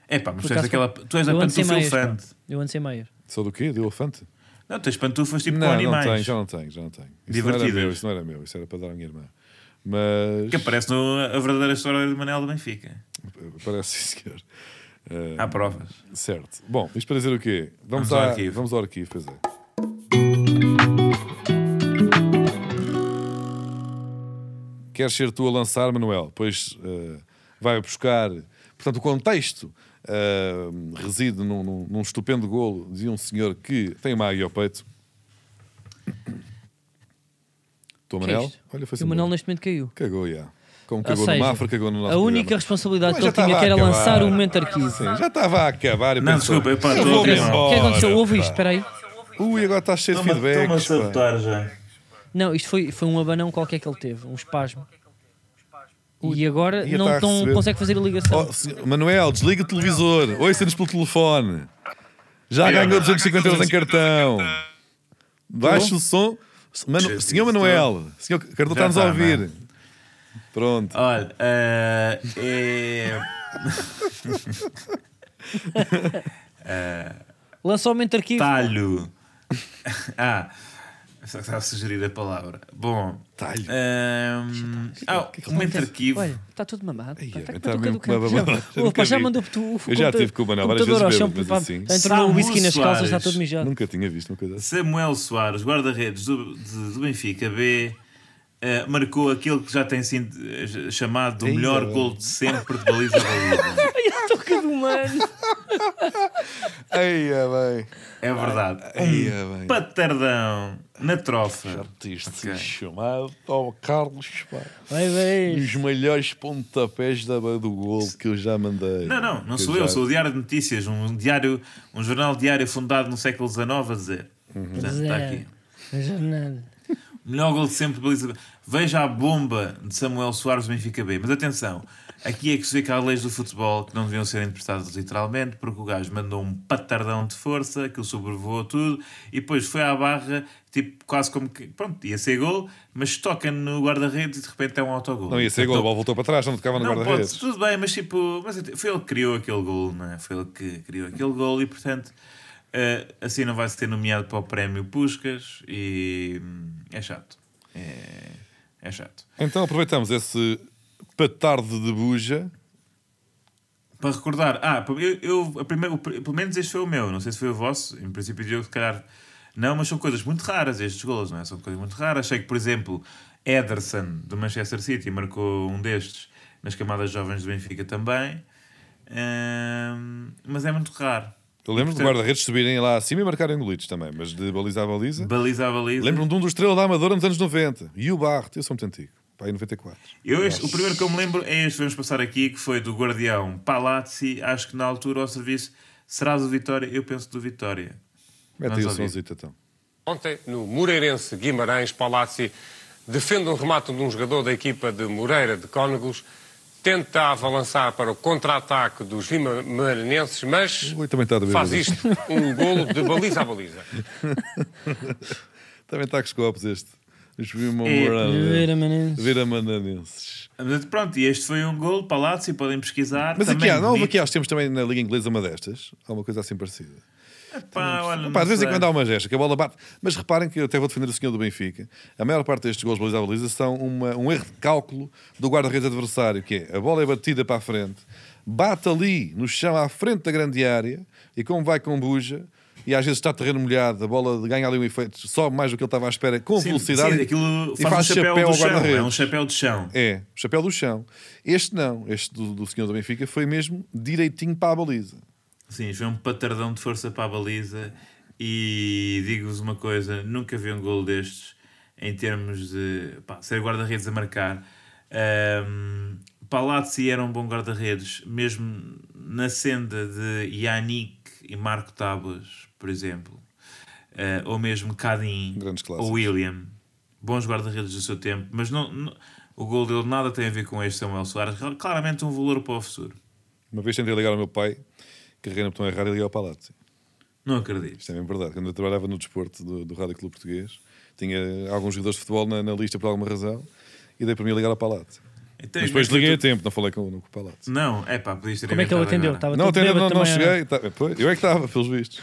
B: Epá, mas
A: Por
B: tu és,
A: acaso,
B: aquela, tu és a
A: eu ando sem
B: pantufa
A: meias, pá.
B: elefante.
A: Eu ando sem meias.
C: Sou do quê? Do elefante?
B: Não, tens pantufas tipo com
C: não, não
B: animais.
C: tenho, já não tenho, já não tenho. Isso não era
B: Divertidas.
C: meu, isso não era meu, isso era para dar à minha irmã. Mas.
B: Que aparece no, a verdadeira história do Manel do Benfica.
C: Parece, sim, senhor. Eh,
B: Há provas.
C: Certo. Bom, isto para dizer o quê? Vamos,
B: Vamos ao
C: à-
B: arquivo.
C: Vamos ao arquivo, pois é. Queres ser tu a lançar, Manuel? Pois eh, vai buscar. Portanto, o contexto eh, reside num, num- num estupendo golo de um senhor que tem uma águia ao peito. Tu,
A: Que é
C: Manuel?
A: isto?
C: Olha, foi
A: E o
C: assim.
A: Manel neste momento caiu.
C: Cagou, já. Como
A: Ou
C: cagou
A: seja,
C: no Mafra, cagou no nosso
A: a única
C: programa.
A: responsabilidade
C: Mas
A: que
C: já tá
A: ele tinha
C: estava
A: que
C: a
A: era
C: acabar.
A: lançar o momento arquivo.
C: é Sim, já estava a acabar e
B: Não,
C: pensou,
B: desculpa, pá,
C: eu
B: estou
C: vou
B: a ver.
C: embora,
A: O que é que aconteceu? Houve isto,
C: pá.
A: espera aí.
C: Ui, agora está cheio de feedbacks, pá.
B: já.
A: Não, isto foi, foi um abanão qualquer que ele teve, um espasmo. E agora
C: ia
A: não,
C: estar Um tá a
A: não
C: receber.
A: consegue fazer a ligação.
C: Oh, senhor- Manuel, desliga o televisor. Ouça-nos pelo telefone. Já ganhou 250 euros em cartão. Baixa o som. Manu...
B: Jesus,
C: Senhor Manuel, senhor Cardoso
B: Já tá, né?
C: está-nos a
B: está,
C: ouvir. Pronto.
B: Olha, eh, é...
C: Oh. Tá
A: Lança o momento arquivo.
B: talho. ah, Só que estava a sugerir a palavra. Bom.
C: Talho.
B: ahm, ah,
A: que é que
B: um
A: acontece?
B: entrearquivo.
A: Olha, está tudo mamado.
C: Ai,
A: Pá, tá
C: eu
A: com
C: tava
A: a
C: mesmo
A: tuca do
C: com
A: campo.
C: uma
A: Já-
C: babada,
A: o
C: nunca
A: rapaz já
C: vi.
A: mandou o o
C: Eu já
A: computador-
C: tive com o Manuel várias
A: computador
C: vezes
A: ao
C: bêbado,
A: chão,
C: mas
A: pá,
C: assim.
A: Entrou o whisky nas
B: Samuel
A: calças, está todo
B: Soares.
A: mijado.
C: Nunca tinha visto uma coisa assim.
B: Samuel Soares, guarda-redes do, de- do Benfica B, eh, marcou aquele que já tem sido eh, chamado o
C: Ainda
B: melhor
C: bem.
B: gol de sempre de baliza a baliza.
A: Ai, a touca do mano.
C: Ai, é bem.
B: É verdade.
C: Ai,
B: Um
C: é bem.
B: patardão na trofa.
C: Artista
B: Ok.
C: chamado ao Carlos, pá.
A: Vai, vai.
C: Os melhores pontapés da ba- do gol que eu já mandei.
B: Não, não, não
C: Que
B: sou
C: já-
B: eu, sou o Diário de Notícias, um diário, um jornal diário fundado no século XIX a dizer.
C: tá
B: Portanto, está aqui. Melhor gol de sempre de Baliza. Veja a bomba de Samuel Soares do Benfica B. Mas atenção, aqui é que se vê que há leis do futebol que não deviam ser interpretadas literalmente, porque o gajo mandou um patardão de força, que o sobrevoou tudo, e depois foi à barra, tipo, quase como que, pronto, ia ser gol, mas toca no guarda-redes e de repente é um autogol.
C: Não ia ser gol, a bola voltou para trás, não tocava no
B: Não, pode,
C: guarda-redes.
B: tudo bem, mas tipo, mas até- foi ele que criou aquele gol, não é? Foi ele que criou aquele gol e portanto eh, assim não vai ser nomeado para o prémio Puscas e hum, é chato. É, é chato.
C: Então aproveitamos esse patarde de buja.
B: Para recordar, ah, eu, eu- a primeira- o pr- pelo menos este foi o meu, não sei se foi o vosso, em princípio Diogo, se calhar não, mas são coisas muito raras estes golos, não é? São coisas muito raras. Achei que, por exemplo, Ederson do Manchester City marcou um destes nas camadas jovens do Benfica também, Ahm, mas é muito raro.
C: Eu lembro de
B: Portanto-
C: guarda-redes subirem lá acima e marcarem golitos também, mas de baliza a baliza.
B: Baliza a baliza.
C: Lembro-me de um do Estrela da Amadora nos anos 90. E o Barret, eu sou muito antigo. Pai, 94.
B: Eu este- o primeiro que eu me lembro é este, vamos passar aqui, que foi do Guardião Palazzi, acho que na altura ao serviço será do Vitória, eu penso do Vitória.
C: Mete
B: Vamos
C: aí o
B: ouvir.
C: sonzito então.
D: Ontem, no Moreirense Guimarães, Palazzi defende um remate de um jogador da equipa de Moreira de Cónegos, tenta avançar para o contra-ataque dos guimaranenses, mas
C: Ui, também está a doer
D: faz
C: baliza.
D: isto, um golo de baliza a baliza.
C: Também está com os copos este. Os
B: É,
A: Viramanenses.
C: Viramanenenses.
B: Mas pronto, e este foi um gol, Palazzi, podem pesquisar.
C: Mas aqui
B: Também
C: há, não houve
B: bonito.
C: aqui, acho que temos também na Liga Inglesa uma destas. Há uma coisa assim parecida.
B: Pá, olha,
C: Pá,
B: não
C: de vez em
B: sei.
C: quando há uma gesta, que a bola bate. Mas reparem que eu até vou defender o senhor do Benfica. A maior parte destes gols de baliza a baliza são uma- um erro de cálculo do guarda-redes adversário, que é a bola é batida para a frente, bate ali no chão à frente da grande área, e como vai com buja, e às vezes está terreno molhado, a bola ganha ali um efeito, sobe mais do que ele estava à espera, com
B: Sim,
C: velocidade,
B: sim, aquilo
C: e
B: faz, um chapéu, do
C: ao
B: chão,
C: guarda-redes.
B: é um chapéu de chão.
C: É, o chapéu do chão. Este não, este do, do senhor do Benfica foi mesmo direitinho para a baliza.
B: Sim, foi um patardão de força para a baliza. E digo-vos uma coisa: nunca vi um gol destes em termos de pá, ser guarda-redes a marcar. Ahm, Palazzi era um bom guarda-redes, mesmo na senda de Yannick e Marco Tábuas, por exemplo, Ah, ou mesmo Cadin
C: Grandes clássicos.
B: ou William, bons guarda-redes do seu tempo, mas não, não- o gol dele nada tem a ver com este Samuel Soares, claramente um valor para o futuro.
C: Uma vez tentei ligar ao meu pai, carreguei no botão errado e liguei ao Palácio.
B: Não acredito.
C: Isto é mesmo verdade. Quando eu trabalhava no desporto do, do Rádio Clube Português, tinha alguns jogadores de futebol na, na lista por alguma razão e dei para mim ligar ao Palácio.
B: Então,
C: Mas depois
B: imagina
C: liguei a
B: tu-
C: tempo, não falei com, com o Palácio.
B: Não, é pá, podias ter
A: Como é que ele
B: inventado
A: atendeu?
B: agora.
A: Estava
C: tá, Não,
A: todo
C: até não,
A: bêbado
C: não, não
A: também,
C: cheguei. Tá, pois, eu é que estava, pelos vistos.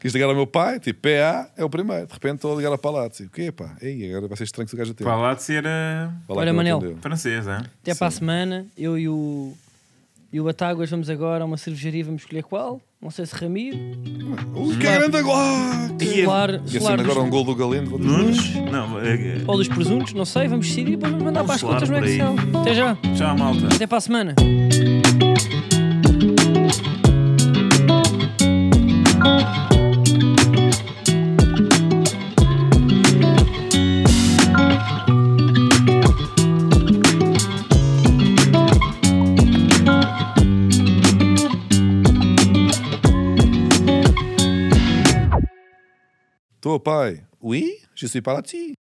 C: Quis ligar ao meu pai, tipo, PA é o primeiro. De repente estou a ligar ao Palácio. O quê, pá? Ei, agora vai ser estranho que o gajo atende.
B: Palazzi era
C: Vai
A: Olha,
C: lá que não
A: Manel.
C: atendeu.
B: eh, francesa. hein?
A: Até para a semana, eu e o, e o Batáguas vamos agora a uma cervejaria, vamos escolher qual. Não sei se Ramiro.
C: Ui, que grande agora!
A: Solar,
B: E
C: E
A: solar
C: assim, agora
A: dos,
C: um gol do Galeno. vou dizer.
B: Nunes? Não, é-
A: ou dos presuntos, não sei, vamos decidir e vamos mandar
B: Um
A: para as
B: solar
A: contas no
B: por aí.
A: Excel. Até já,
B: é- tchau, malta.
A: até para a semana.
C: Tô, pai. Oui, je suis Palácio.